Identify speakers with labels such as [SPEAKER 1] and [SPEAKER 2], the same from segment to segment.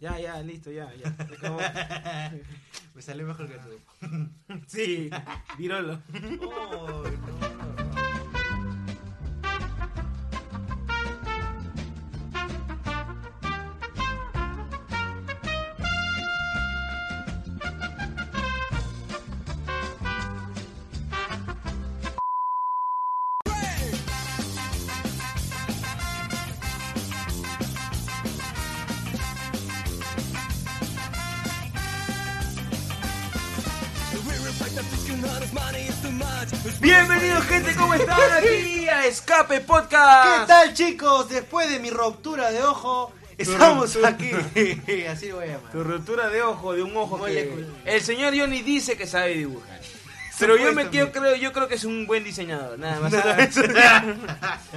[SPEAKER 1] Ya, ya, listo, ya, ya. Se acabó.
[SPEAKER 2] Me sale mejor que tú.
[SPEAKER 1] Sí, virolo.
[SPEAKER 2] Oh, no.
[SPEAKER 1] Bienvenidos, gente, ¿cómo están? Aquí a Escape Podcast.
[SPEAKER 3] ¿Qué tal chicos? Después de mi ruptura de ojo, estamos aquí. Así lo voy a llamar.
[SPEAKER 1] Tu ruptura de ojo, de un ojo que...
[SPEAKER 3] Molecular.
[SPEAKER 1] El señor Johnny dice que sabe dibujar. Pero yo me quedo,
[SPEAKER 3] Supuestamente.
[SPEAKER 1] creo, yo creo que es un buen diseñador, nada más. Solo eso,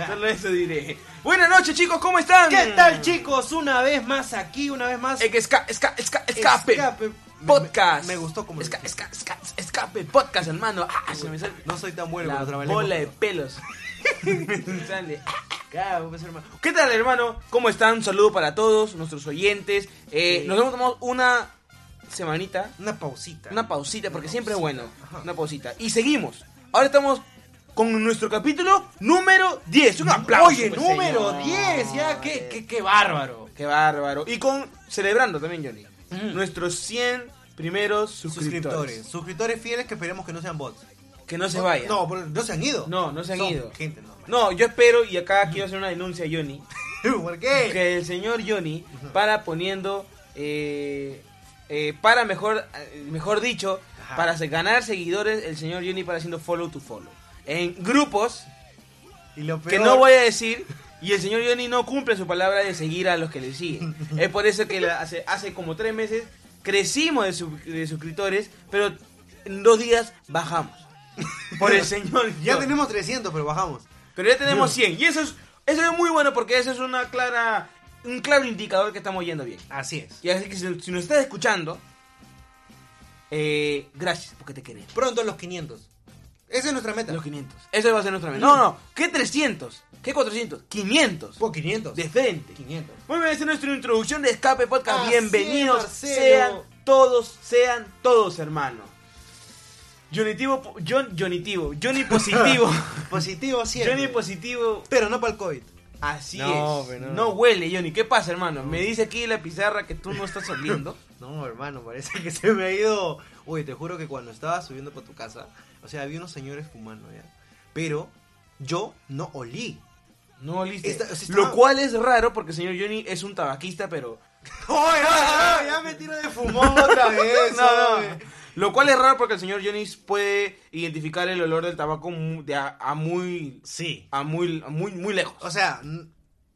[SPEAKER 1] solo eso diré. Buenas noches chicos, ¿cómo están?
[SPEAKER 3] ¿Qué tal chicos? Una vez más aquí, una vez más.
[SPEAKER 1] Esca- esca- esca- escape.
[SPEAKER 3] Me-
[SPEAKER 1] Podcast.
[SPEAKER 3] Me, me gustó como lo
[SPEAKER 1] Esca-
[SPEAKER 3] dijiste.
[SPEAKER 1] esca- esca- escape, podcast, hermano. Ah, se me sale
[SPEAKER 3] No soy tan bueno
[SPEAKER 1] la
[SPEAKER 3] como trabalenguas,
[SPEAKER 1] bola de
[SPEAKER 3] pero-
[SPEAKER 1] pelos. Me sale.
[SPEAKER 3] Claro, pues, hermano.
[SPEAKER 1] ¿Qué tal, hermano? ¿Cómo están? Un saludo para todos nuestros oyentes. Eh,
[SPEAKER 3] Sí.
[SPEAKER 1] Nos hemos tomado una semanita,
[SPEAKER 3] Una pausita.
[SPEAKER 1] una pausita, porque
[SPEAKER 3] Una
[SPEAKER 1] siempre es bueno.
[SPEAKER 3] pausita. Ajá.
[SPEAKER 1] Una pausita. Y seguimos. Ahora estamos con nuestro capítulo número 10. Un aplauso.
[SPEAKER 3] Oye,
[SPEAKER 1] pues,
[SPEAKER 3] número
[SPEAKER 1] señor.
[SPEAKER 3] 10, ya, qué, qué, qué bárbaro.
[SPEAKER 1] Qué bárbaro. Y con celebrando también, Johnny.
[SPEAKER 3] Mm.
[SPEAKER 1] Nuestros 100 primeros suscriptores.
[SPEAKER 3] Suscriptores. Suscriptores fieles que esperemos que no sean bots.
[SPEAKER 1] Que no se vayan.
[SPEAKER 3] No, por- no se han ido.
[SPEAKER 1] No, no se han
[SPEAKER 3] Son
[SPEAKER 1] ido.
[SPEAKER 3] Gente, no.
[SPEAKER 1] No, yo espero, y acá quiero hacer una denuncia, Johnny.
[SPEAKER 3] ¿Por qué?
[SPEAKER 1] que el señor Johnny para poniendo eh, eh, para mejor eh, mejor dicho
[SPEAKER 3] Ajá.
[SPEAKER 1] para se- ganar seguidores el señor Johnny para haciendo follow to follow en grupos
[SPEAKER 3] Y lo
[SPEAKER 1] que
[SPEAKER 3] peor-
[SPEAKER 1] no voy a decir y el señor Johnny no cumple su palabra de seguir a los que le siguen es por eso que la- hace hace como tres meses crecimos de, sub- de suscriptores pero en dos días bajamos por el señor
[SPEAKER 3] Ya
[SPEAKER 1] Johnny.
[SPEAKER 3] tenemos 300, pero bajamos.
[SPEAKER 1] Pero ya tenemos 100 y eso es eso es muy bueno porque eso es una clara un claro indicador que estamos yendo bien.
[SPEAKER 3] Así es.
[SPEAKER 1] Y así que si, si nos estás escuchando, eh, gracias porque te queremos.
[SPEAKER 3] Pronto los 500. Esa es nuestra meta.
[SPEAKER 1] Los 500. Eso va a ser nuestra meta. No, no. ¿Qué 300? ¿Qué 400? 500.
[SPEAKER 3] Por 500.
[SPEAKER 1] De frente.
[SPEAKER 3] 500.
[SPEAKER 1] Muy bien, esta es nuestra introducción de Escape Podcast.
[SPEAKER 3] Así es,
[SPEAKER 1] Bienvenidos.
[SPEAKER 3] Marcelo.
[SPEAKER 1] sean todos, sean todos, hermano. Jonitivo, po- John, Jonitivo, Johnny positivo.
[SPEAKER 3] Positivo siempre.
[SPEAKER 1] Johnny positivo.
[SPEAKER 3] pero no para el COVID.
[SPEAKER 1] Así
[SPEAKER 3] No,
[SPEAKER 1] es.
[SPEAKER 3] pero
[SPEAKER 1] No.
[SPEAKER 3] no.
[SPEAKER 1] huele, Johnny. ¿Qué pasa, hermano? Me dice aquí la pizarra que tú no estás oliendo.
[SPEAKER 3] No, hermano, parece que se me ha ido. Oye, te juro que cuando estaba subiendo para tu casa, o sea, había unos señores fumando ya. Pero yo no olí.
[SPEAKER 1] No oliste.
[SPEAKER 3] Esta- o sea,
[SPEAKER 1] Lo
[SPEAKER 3] estaba-
[SPEAKER 1] cual es raro porque el señor Johnny es un tabaquista, pero.
[SPEAKER 3] ya me tiro de fumón otra vez.
[SPEAKER 1] no, no.
[SPEAKER 3] oye.
[SPEAKER 1] Lo cual es raro porque el señor Johnny puede identificar el olor del tabaco mu- de a, a muy.
[SPEAKER 3] Sí.
[SPEAKER 1] a muy, a muy, muy lejos.
[SPEAKER 3] O sea, n-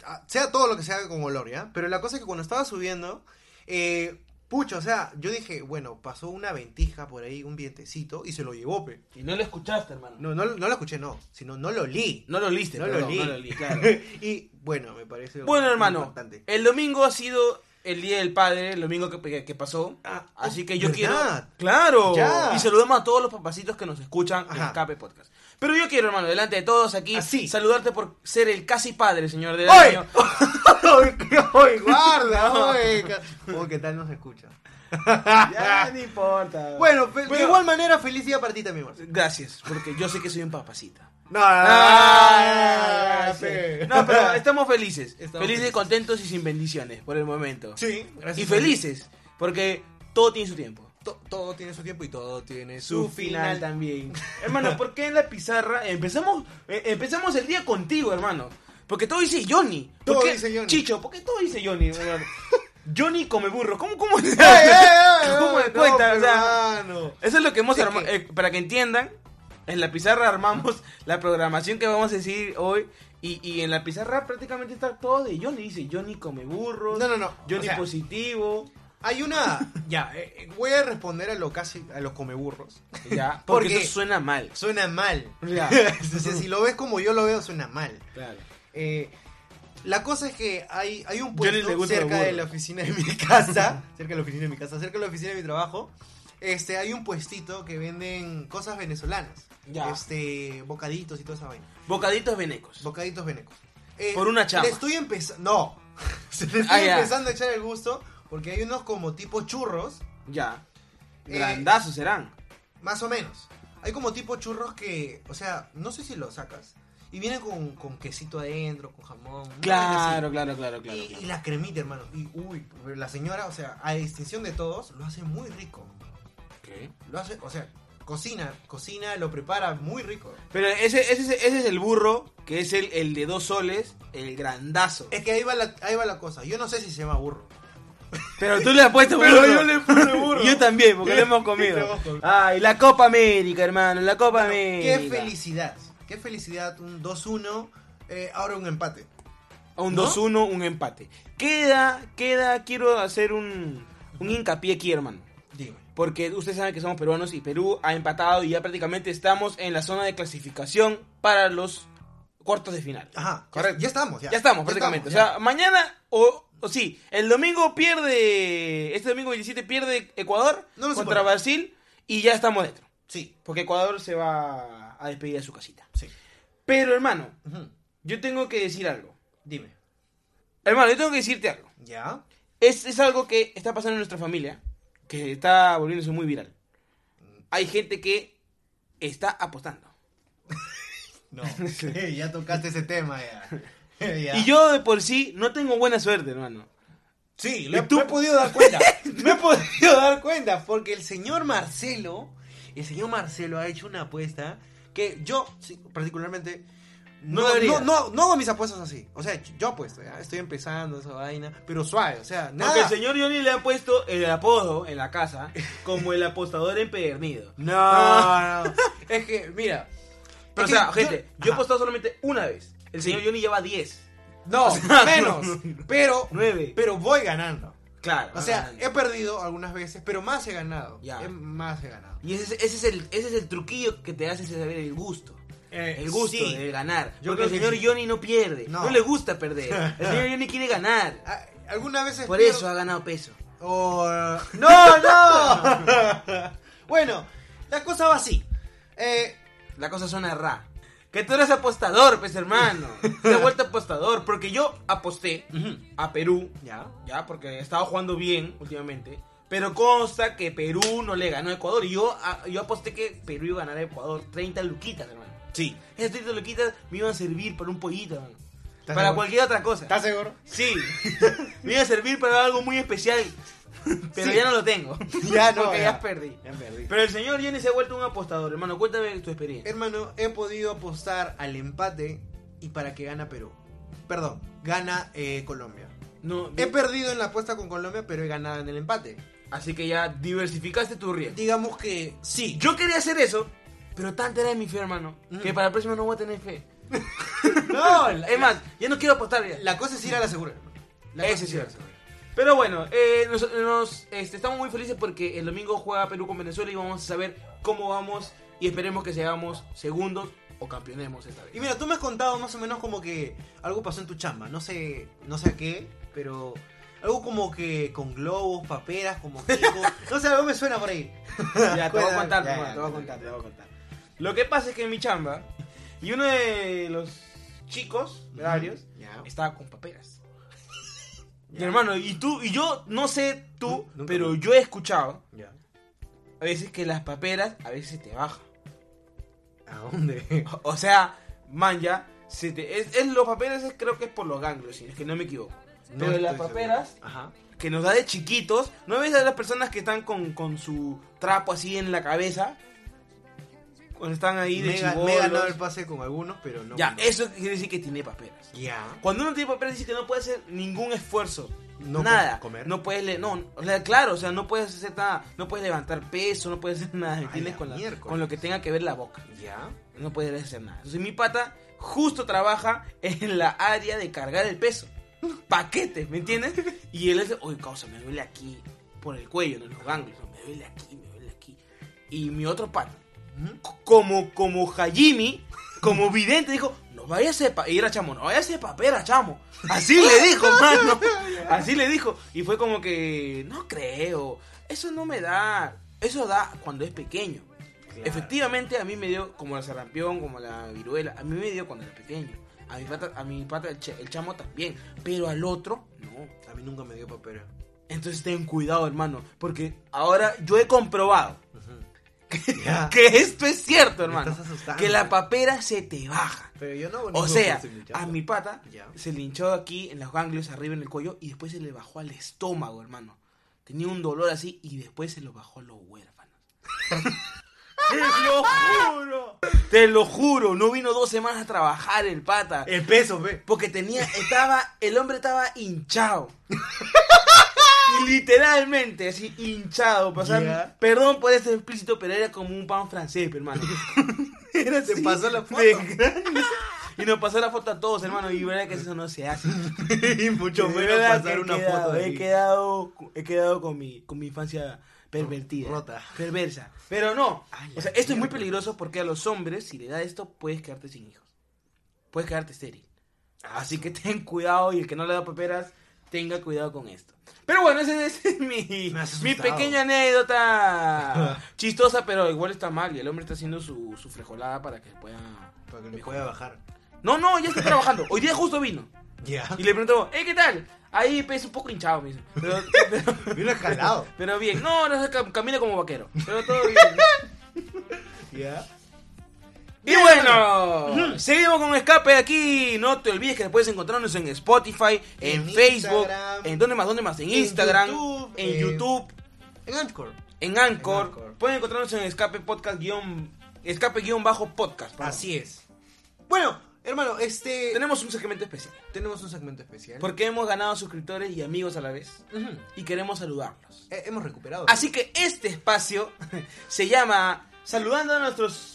[SPEAKER 3] a- sea todo lo que sea con olor, ¿ya? Pero la cosa es que cuando estaba subiendo, eh, pucho, o sea, yo dije, bueno, pasó una ventija por ahí, un vientecito, y se lo llevó, pe.
[SPEAKER 1] y no lo escuchaste, hermano. No,
[SPEAKER 3] No, no, no lo escuché, no, sino no lo olí.
[SPEAKER 1] lo oliste,
[SPEAKER 3] No lo
[SPEAKER 1] perdón,
[SPEAKER 3] olí.
[SPEAKER 1] no lo olí, claro.
[SPEAKER 3] y bueno, me parece.
[SPEAKER 1] bueno, hermano,
[SPEAKER 3] importante.
[SPEAKER 1] el domingo ha sido el día del padre, el domingo que, que- que pasó.
[SPEAKER 3] Ah,
[SPEAKER 1] Así que yo
[SPEAKER 3] ¿verdad?
[SPEAKER 1] quiero. ¡Claro!
[SPEAKER 3] Ya.
[SPEAKER 1] Y saludamos a todos los papacitos que nos escuchan en
[SPEAKER 3] Ajá.
[SPEAKER 1] Escape Podcast. Pero yo quiero, hermano, delante de todos aquí,
[SPEAKER 3] Así.
[SPEAKER 1] saludarte por ser el casi padre, señor del
[SPEAKER 3] ¡Oye!
[SPEAKER 1] año.
[SPEAKER 3] ¡Oye, qué- oye, guarda! ¡Oye! ca- Oye, ¿qué tal nos escucha?
[SPEAKER 1] Ya, no importa.
[SPEAKER 3] Bueno, fe- de
[SPEAKER 1] Pero-
[SPEAKER 3] igual manera, feliz día para ti también, Marcelo.
[SPEAKER 1] Gracias, porque yo sé que soy un papacita.
[SPEAKER 3] No, no,
[SPEAKER 1] Ah,
[SPEAKER 3] no,
[SPEAKER 1] gracias.
[SPEAKER 3] no,
[SPEAKER 1] No,
[SPEAKER 3] no,
[SPEAKER 1] pero
[SPEAKER 3] no,
[SPEAKER 1] estamos felices.
[SPEAKER 3] Estamos
[SPEAKER 1] felices,
[SPEAKER 3] felices.
[SPEAKER 1] contentos y sin bendiciones por el momento.
[SPEAKER 3] Sí, gracias.
[SPEAKER 1] y felices, porque todo tiene su tiempo.
[SPEAKER 3] To- todo tiene su tiempo y todo tiene
[SPEAKER 1] también. hermano, ¿por qué en la pizarra empezamos eh, empezamos el día contigo, hermano? Porque todo dice Johnny. ¿Por
[SPEAKER 3] Todo
[SPEAKER 1] qué-
[SPEAKER 3] dice Johnny.
[SPEAKER 1] Chicho, ¿por qué todo dice Johnny? hermano? Johnny come burro. ¿Cómo cómo se
[SPEAKER 3] ¡Ey, ey, ey!
[SPEAKER 1] ¿Cómo
[SPEAKER 3] eh, No,
[SPEAKER 1] me cuenta? O sea,
[SPEAKER 3] hermano.
[SPEAKER 1] Eso es lo que hemos
[SPEAKER 3] Es
[SPEAKER 1] armado.
[SPEAKER 3] que-
[SPEAKER 1] para que entiendan, en la pizarra armamos la programación que vamos a decir hoy. Y, y en la pizarra prácticamente está todo de Johnny. Dice Johnny come burros.
[SPEAKER 3] No, no, no.
[SPEAKER 1] Johnny
[SPEAKER 3] O sea,
[SPEAKER 1] positivo.
[SPEAKER 3] Hay una. Ya, eh, eh, voy a responder a lo casi a los comeburros.
[SPEAKER 1] Ya. Porque
[SPEAKER 3] Porque-
[SPEAKER 1] eso suena mal.
[SPEAKER 3] Suena mal.
[SPEAKER 1] Ya.
[SPEAKER 3] O sea, si lo ves como yo lo veo, suena mal.
[SPEAKER 1] Claro.
[SPEAKER 3] Eh, la cosa es que hay, hay un
[SPEAKER 1] Yo ni le
[SPEAKER 3] puesto
[SPEAKER 1] gusta el
[SPEAKER 3] cerca de
[SPEAKER 1] burro.
[SPEAKER 3] la oficina de mi casa, cerca de la oficina de mi casa, cerca de la oficina de mi trabajo, este, hay un puestito que venden cosas venezolanas,
[SPEAKER 1] Ya.
[SPEAKER 3] este, bocaditos y toda esa vaina,
[SPEAKER 1] Bocaditos venecos.
[SPEAKER 3] bocaditos venecos. Eh,
[SPEAKER 1] Por una chamba.
[SPEAKER 3] Le estoy empezando, no, le estoy
[SPEAKER 1] Ah, ya.
[SPEAKER 3] empezando a echar el gusto Porque hay unos como tipo churros,
[SPEAKER 1] Ya.
[SPEAKER 3] Eh,
[SPEAKER 1] Grandazos serán.
[SPEAKER 3] más o menos. Hay como tipo churros que, o sea, no sé si los sacas. Y vienen con, con quesito adentro, con jamón. una vaina
[SPEAKER 1] Claro,
[SPEAKER 3] así.
[SPEAKER 1] claro, claro,
[SPEAKER 3] Y,
[SPEAKER 1] claro.
[SPEAKER 3] y
[SPEAKER 1] claro.
[SPEAKER 3] la cremita, hermano. Y uy, la señora, o sea, a distinción de todos, lo hace muy rico. Lo hace, o sea, cocina, cocina, lo prepara muy rico.
[SPEAKER 1] Pero ese, ese, es- ese es el burro, que es el, el de dos soles, el grandazo.
[SPEAKER 3] Es que ahí va la, ahí va la cosa. Yo no sé si se llama burro.
[SPEAKER 1] Pero tú le has puesto burro.
[SPEAKER 3] Pero yo le puse burro.
[SPEAKER 1] Yo también, porque lo hemos
[SPEAKER 3] Lo
[SPEAKER 1] comido.
[SPEAKER 3] hemos comido.
[SPEAKER 1] Ay, la Copa América, hermano, la Copa América.
[SPEAKER 3] Qué felicidad. Qué felicidad. Un 2-1. eh, ahora un empate.
[SPEAKER 1] A Un
[SPEAKER 3] ¿No?
[SPEAKER 1] 2-1, un empate. Queda, queda, quiero hacer un, un hincapié aquí, hermano.
[SPEAKER 3] Dime.
[SPEAKER 1] Porque ustedes saben que somos peruanos y Perú ha empatado y ya prácticamente estamos en la zona de clasificación para los cuartos de final.
[SPEAKER 3] Ajá.
[SPEAKER 1] Correcto.
[SPEAKER 3] Ya, ya estamos. Ya,
[SPEAKER 1] Ya estamos prácticamente.
[SPEAKER 3] estamos,
[SPEAKER 1] o sea, mañana o, o sí, el domingo pierde, este domingo 27 pierde Ecuador
[SPEAKER 3] No lo
[SPEAKER 1] contra
[SPEAKER 3] supone.
[SPEAKER 1] Brasil y ya estamos dentro.
[SPEAKER 3] ya. Sí,
[SPEAKER 1] Porque Ecuador se va a despedir de su casita.
[SPEAKER 3] sí.
[SPEAKER 1] Pero hermano,
[SPEAKER 3] Ujú.
[SPEAKER 1] yo tengo que decir algo.
[SPEAKER 3] Dime.
[SPEAKER 1] Hermano, yo tengo que decirte algo.
[SPEAKER 3] Ya.
[SPEAKER 1] Es, es algo que está pasando en nuestra familia, que está volviéndose muy viral. Hay gente que está apostando.
[SPEAKER 3] No. ya tocaste ese tema. Ya. Ya.
[SPEAKER 1] Y yo de por sí no tengo buena suerte, hermano.
[SPEAKER 3] Sí,
[SPEAKER 1] ¿Y
[SPEAKER 3] lo,
[SPEAKER 1] tú?
[SPEAKER 3] me he podido dar cuenta. me he podido dar cuenta. Porque el señor Marcelo. El señor Marcelo ha hecho una apuesta que yo, sí, particularmente.
[SPEAKER 1] No
[SPEAKER 3] No,
[SPEAKER 1] deberías.
[SPEAKER 3] no, no, no hago mis apuestas así. O sea, yo apuesto, ya. Estoy empezando esa vaina. Pero suave, o sea, nada.
[SPEAKER 1] Porque el señor Johnny le ha puesto el apodo en la casa como el apostador empedernido.
[SPEAKER 3] No, no. es que, mira.
[SPEAKER 1] Ah. Pero, o
[SPEAKER 3] es
[SPEAKER 1] sea,
[SPEAKER 3] que
[SPEAKER 1] gente, yo pues- he
[SPEAKER 3] Ajá.
[SPEAKER 1] apostado solamente una vez. El señor Johnny lleva 10.
[SPEAKER 3] No, menos. Pero.
[SPEAKER 1] Nueve.
[SPEAKER 3] Pero voy ganando.
[SPEAKER 1] Claro.
[SPEAKER 3] O sea,
[SPEAKER 1] ah,
[SPEAKER 3] he perdido algunas veces, pero más he ganado.
[SPEAKER 1] Ya.
[SPEAKER 3] He- más he ganado.
[SPEAKER 1] y ese, es- ese es el, ese es el truquillo que te hace saber el gusto.
[SPEAKER 3] Eh,
[SPEAKER 1] El gusto
[SPEAKER 3] sí.
[SPEAKER 1] de ganar.
[SPEAKER 3] Yo
[SPEAKER 1] Porque
[SPEAKER 3] creo
[SPEAKER 1] el
[SPEAKER 3] que
[SPEAKER 1] señor
[SPEAKER 3] sí.
[SPEAKER 1] Johnny no pierde. No.
[SPEAKER 3] No.
[SPEAKER 1] le gusta perder. El señor Johnny quiere ganar.
[SPEAKER 3] A- Algunas veces.
[SPEAKER 1] Por
[SPEAKER 3] pierdo-
[SPEAKER 1] eso ha ganado peso.
[SPEAKER 3] O- eh, ¡No, no! bueno, la cosa va así. Eh,
[SPEAKER 1] La cosa suena ra. Que tú eres apostador, pues hermano. Te has vuelto apostador. Porque yo aposté a Perú
[SPEAKER 3] ya.
[SPEAKER 1] ya, porque estaba jugando bien últimamente. Pero consta que Perú no le ganó a Ecuador. Y yo, a- yo aposté que Perú iba a ganar a Ecuador 30 luquitas, hermano.
[SPEAKER 3] Sí.
[SPEAKER 1] Esas 30 luquitas me iban a servir para un pollito, hermano.
[SPEAKER 3] ¿Estás
[SPEAKER 1] Para
[SPEAKER 3] seguro?
[SPEAKER 1] cualquier otra cosa.
[SPEAKER 3] ¿Estás seguro?
[SPEAKER 1] Sí, me iba a servir para algo muy especial. Pero
[SPEAKER 3] Sí.
[SPEAKER 1] ya no lo tengo.
[SPEAKER 3] Ya no,
[SPEAKER 1] Porque ya,
[SPEAKER 3] ya.
[SPEAKER 1] perdí.
[SPEAKER 3] Ya perdí.
[SPEAKER 1] Pero el señor Johnny se ha vuelto un apostador, hermano. Cuéntame tu experiencia.
[SPEAKER 3] Hermano, he podido apostar al empate y para que gana Perú. Perdón, gana eh, Colombia.
[SPEAKER 1] No,
[SPEAKER 3] He perdido en la apuesta con Colombia, pero he ganado en el empate.
[SPEAKER 1] así que ya diversificaste tu riesgo.
[SPEAKER 3] Digamos que sí.
[SPEAKER 1] Yo quería hacer eso, pero tanta era mi fe, hermano,
[SPEAKER 3] Mm.
[SPEAKER 1] que para el próximo no voy a tener fe.
[SPEAKER 3] No, la,
[SPEAKER 1] Es más, ya no quiero apostar. ya.
[SPEAKER 3] la cosa es ir a la segura. La
[SPEAKER 1] Eso
[SPEAKER 3] cosa
[SPEAKER 1] es
[SPEAKER 3] ir a la
[SPEAKER 1] cierto.
[SPEAKER 3] segura.
[SPEAKER 1] Pero bueno, eh, nos, nos, este, estamos muy felices porque el domingo juega Perú con Venezuela y vamos a saber cómo vamos y esperemos que seamos segundos o campeonemos esta vez.
[SPEAKER 3] Y mira, tú me has contado más o menos como que algo pasó en tu chamba, no sé, no sé a qué, pero algo como que con globos, paperas, como que no sé, algo me suena por ahí.
[SPEAKER 1] Ya, te voy a contar,
[SPEAKER 3] Ya, ya,
[SPEAKER 1] hermano, te voy a
[SPEAKER 3] ya.
[SPEAKER 1] contar, te voy a contar. Lo que pasa es que en mi chamba, y uno de los chicos, varios,
[SPEAKER 3] Ya.
[SPEAKER 1] estaba con paperas. Y
[SPEAKER 3] Ya.
[SPEAKER 1] hermano, y tú, y yo no sé tú,
[SPEAKER 3] Nunca
[SPEAKER 1] pero
[SPEAKER 3] vi.
[SPEAKER 1] yo he escuchado
[SPEAKER 3] Ya.
[SPEAKER 1] a veces que las paperas a veces te bajan.
[SPEAKER 3] ¿A dónde?
[SPEAKER 1] O sea, man, ya, se te- es, es- los paperas es- creo que es por los ganglios, si es que no me equivoco. Pero
[SPEAKER 3] estoy
[SPEAKER 1] las
[SPEAKER 3] seguro.
[SPEAKER 1] paperas
[SPEAKER 3] Ajá.
[SPEAKER 1] que nos da de chiquitos, ¿no ves a las personas que están con, con su trapo así en la cabeza? Cuando están ahí de
[SPEAKER 3] me, ga- me
[SPEAKER 1] chibolos.
[SPEAKER 3] he ganado el pase con algunos, pero no.
[SPEAKER 1] Ya,
[SPEAKER 3] con-
[SPEAKER 1] eso quiere decir que tiene paperas.
[SPEAKER 3] Ya.
[SPEAKER 1] Cuando uno tiene paperas dice que no puede hacer ningún esfuerzo.
[SPEAKER 3] No
[SPEAKER 1] nada.
[SPEAKER 3] com- comer.
[SPEAKER 1] No puedes le- no, o sea, claro, o sea, no puedes hacer nada, no puedes levantar peso, no puedes hacer nada, ¿me ¿entiendes?
[SPEAKER 3] la
[SPEAKER 1] Con, la-
[SPEAKER 3] miércoles.
[SPEAKER 1] con lo que tenga que ver la boca.
[SPEAKER 3] Ya.
[SPEAKER 1] No puedes hacer nada. Entonces mi pata justo trabaja en la área de cargar el peso. Paquetes, ¿me entiendes? Y él dice, oye, causa, me duele aquí, por el cuello, no en los ganglios, no, me duele aquí, me duele aquí. Y mi otro pata,
[SPEAKER 3] Ujú.
[SPEAKER 1] como, como Hajimi, como vidente, dijo, no vayas a pa- ir a chamo, no vayas a papera, chamo. Así le dijo, mano. Así le dijo. Y fue como que, no creo, eso no me da, eso da cuando es pequeño.
[SPEAKER 3] Claro.
[SPEAKER 1] Efectivamente, a mí me dio como la sarampión, como la viruela, a mí me dio cuando era pequeño. A mi pata, a mi pata el, ch- el chamo también, pero al otro, no.
[SPEAKER 3] A mí nunca me dio papera.
[SPEAKER 1] Entonces ten cuidado, hermano, porque ahora yo he comprobado
[SPEAKER 3] Ya.
[SPEAKER 1] que esto es cierto,
[SPEAKER 3] Ah. Me
[SPEAKER 1] hermano.
[SPEAKER 3] estás asustando.
[SPEAKER 1] Que la papera se te baja.
[SPEAKER 3] Pero yo no
[SPEAKER 1] O
[SPEAKER 3] no
[SPEAKER 1] sea,
[SPEAKER 3] estoy escuchando.
[SPEAKER 1] a mi pata
[SPEAKER 3] Ya.
[SPEAKER 1] se le hinchó aquí en los ganglios, arriba en el cuello, y después se le bajó al estómago, hermano. Tenía un dolor así y después se lo bajó a los huérfanos. ¡Te lo juro! Te lo juro, no vino dos semanas a trabajar el pata.
[SPEAKER 3] El peso, ve.
[SPEAKER 1] Porque tenía, estaba, el hombre estaba hinchado. Y Literalmente, así, hinchado. pasar-
[SPEAKER 3] Ya.
[SPEAKER 1] Perdón por este explícito, pero era como un pan francés, hermano. Era
[SPEAKER 3] Te
[SPEAKER 1] así,
[SPEAKER 3] pasó la
[SPEAKER 1] de
[SPEAKER 3] foto.
[SPEAKER 1] grande. Y nos pasó la foto a todos, hermano. Y verdad que eso no se hace.
[SPEAKER 3] y mucho
[SPEAKER 1] De
[SPEAKER 3] menos
[SPEAKER 1] verdad
[SPEAKER 3] pasar
[SPEAKER 1] que he
[SPEAKER 3] una
[SPEAKER 1] quedado-
[SPEAKER 3] foto de
[SPEAKER 1] he
[SPEAKER 3] ahí.
[SPEAKER 1] quedado, he quedado con mi, con mi infancia pervertida.
[SPEAKER 3] Rota.
[SPEAKER 1] Perversa. Pero no.
[SPEAKER 3] Ay,
[SPEAKER 1] o
[SPEAKER 3] la
[SPEAKER 1] sea, esto es muy
[SPEAKER 3] mierda.
[SPEAKER 1] peligroso porque a los hombres, si le da esto, puedes quedarte sin hijos. Puedes quedarte estéril.
[SPEAKER 3] Ah,
[SPEAKER 1] Así que ten cuidado y el que no le da paperas, tenga cuidado con esto. Pero bueno, esa es mi,
[SPEAKER 3] Me has
[SPEAKER 1] mi
[SPEAKER 3] asustado.
[SPEAKER 1] pequeña anécdota chistosa, pero igual está mal y el hombre está haciendo su, su frejolada para que pueda...
[SPEAKER 3] Para que le pueda bajar.
[SPEAKER 1] No, no, ya está trabajando. Hoy día justo vino.
[SPEAKER 3] Ya.
[SPEAKER 1] Y le preguntó, "Eh, ¿qué tal? Ahí pues un poco hinchado, me dice. Pero, pero,
[SPEAKER 3] Mira jalado.
[SPEAKER 1] pero bien. No, no sé, cam- camina como vaquero. Pero todo bien.
[SPEAKER 3] Ya.
[SPEAKER 1] Y bueno, seguimos con escape aquí. No te olvides que puedes encontrarnos en Spotify, en,
[SPEAKER 3] En
[SPEAKER 1] Facebook,
[SPEAKER 3] Instagram.
[SPEAKER 1] en dónde más, dónde más, en,
[SPEAKER 3] En
[SPEAKER 1] Instagram,
[SPEAKER 3] YouTube,
[SPEAKER 1] en
[SPEAKER 3] eh,
[SPEAKER 1] YouTube,
[SPEAKER 3] En Anchor.
[SPEAKER 1] en Anchor.
[SPEAKER 3] en Anchor.
[SPEAKER 1] Pueden encontrarnos en escape podcast guión, escape guión bajo podcast. perdón.
[SPEAKER 3] Así es. Bueno, hermano, este.
[SPEAKER 1] Tenemos un segmento especial
[SPEAKER 3] tenemos un segmento especial.
[SPEAKER 1] porque hemos ganado suscriptores y amigos a la vez
[SPEAKER 3] Ujú.
[SPEAKER 1] y queremos saludarlos.
[SPEAKER 3] Eh, hemos recuperado.
[SPEAKER 1] Así que este espacio se llama Saludando a nuestros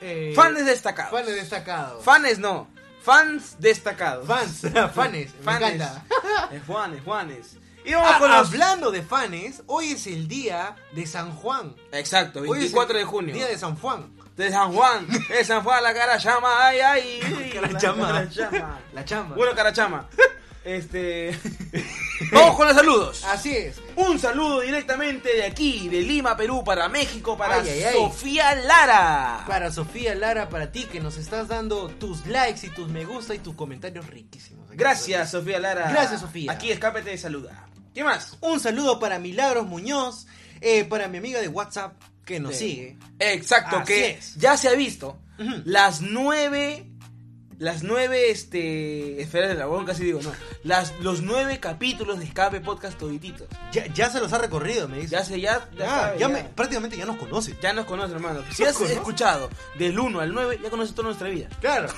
[SPEAKER 3] Eh,
[SPEAKER 1] fans destacados.
[SPEAKER 3] Fans destacados.
[SPEAKER 1] Fanes no, fans destacados.
[SPEAKER 3] Fans. Fans. Me
[SPEAKER 1] Fanes.
[SPEAKER 3] encanta.
[SPEAKER 1] Eh, Juanes, Juanes. Y vamos
[SPEAKER 3] Ah,
[SPEAKER 1] con los...
[SPEAKER 3] Hablando de fans, hoy es el día de San Juan.
[SPEAKER 1] Exacto,
[SPEAKER 3] Hoy es el
[SPEAKER 1] 24 de junio.
[SPEAKER 3] Día de San Juan.
[SPEAKER 1] De San Juan. De San Juan, la cara llama. Ay, ay. ay,
[SPEAKER 3] Cara llama.
[SPEAKER 1] cara llama.
[SPEAKER 3] La chamba.
[SPEAKER 1] Bueno, cara llama. Este. vamos con los saludos.
[SPEAKER 3] Así es.
[SPEAKER 1] Un saludo directamente de aquí, de Lima, Perú, para México, para
[SPEAKER 3] Ay, ay, ay.
[SPEAKER 1] Sofía Lara.
[SPEAKER 3] Para Sofía Lara, para ti que nos estás dando tus likes y tus me gusta y tus comentarios riquísimos.
[SPEAKER 1] Gracias, Sofía Lara.
[SPEAKER 3] Gracias, Sofía.
[SPEAKER 1] Aquí escape te saluda. ¿Qué más?
[SPEAKER 3] Un saludo para Milagros Muñoz, eh, para mi amiga de WhatsApp que nos
[SPEAKER 1] Sí.
[SPEAKER 3] sigue.
[SPEAKER 1] Exacto,
[SPEAKER 3] Así
[SPEAKER 1] que
[SPEAKER 3] es.
[SPEAKER 1] ya se ha visto.
[SPEAKER 3] Ujú.
[SPEAKER 1] Las nueve. Las nueve, este. Esferas del dragón, casi digo, no. Las, los nueve capítulos de escape podcast todititos.
[SPEAKER 3] Ya, ya se los ha recorrido, me dice.
[SPEAKER 1] Ya se, ya. Ya,
[SPEAKER 3] Ya, Ah,
[SPEAKER 1] sabe,
[SPEAKER 3] ya
[SPEAKER 1] ya.
[SPEAKER 3] me- prácticamente ya nos conoce.
[SPEAKER 1] Ya nos conoce, hermano. Si
[SPEAKER 3] Nos
[SPEAKER 1] has
[SPEAKER 3] conoce.
[SPEAKER 1] escuchado del 1 al 9, ya conoces toda nuestra vida.
[SPEAKER 3] Claro,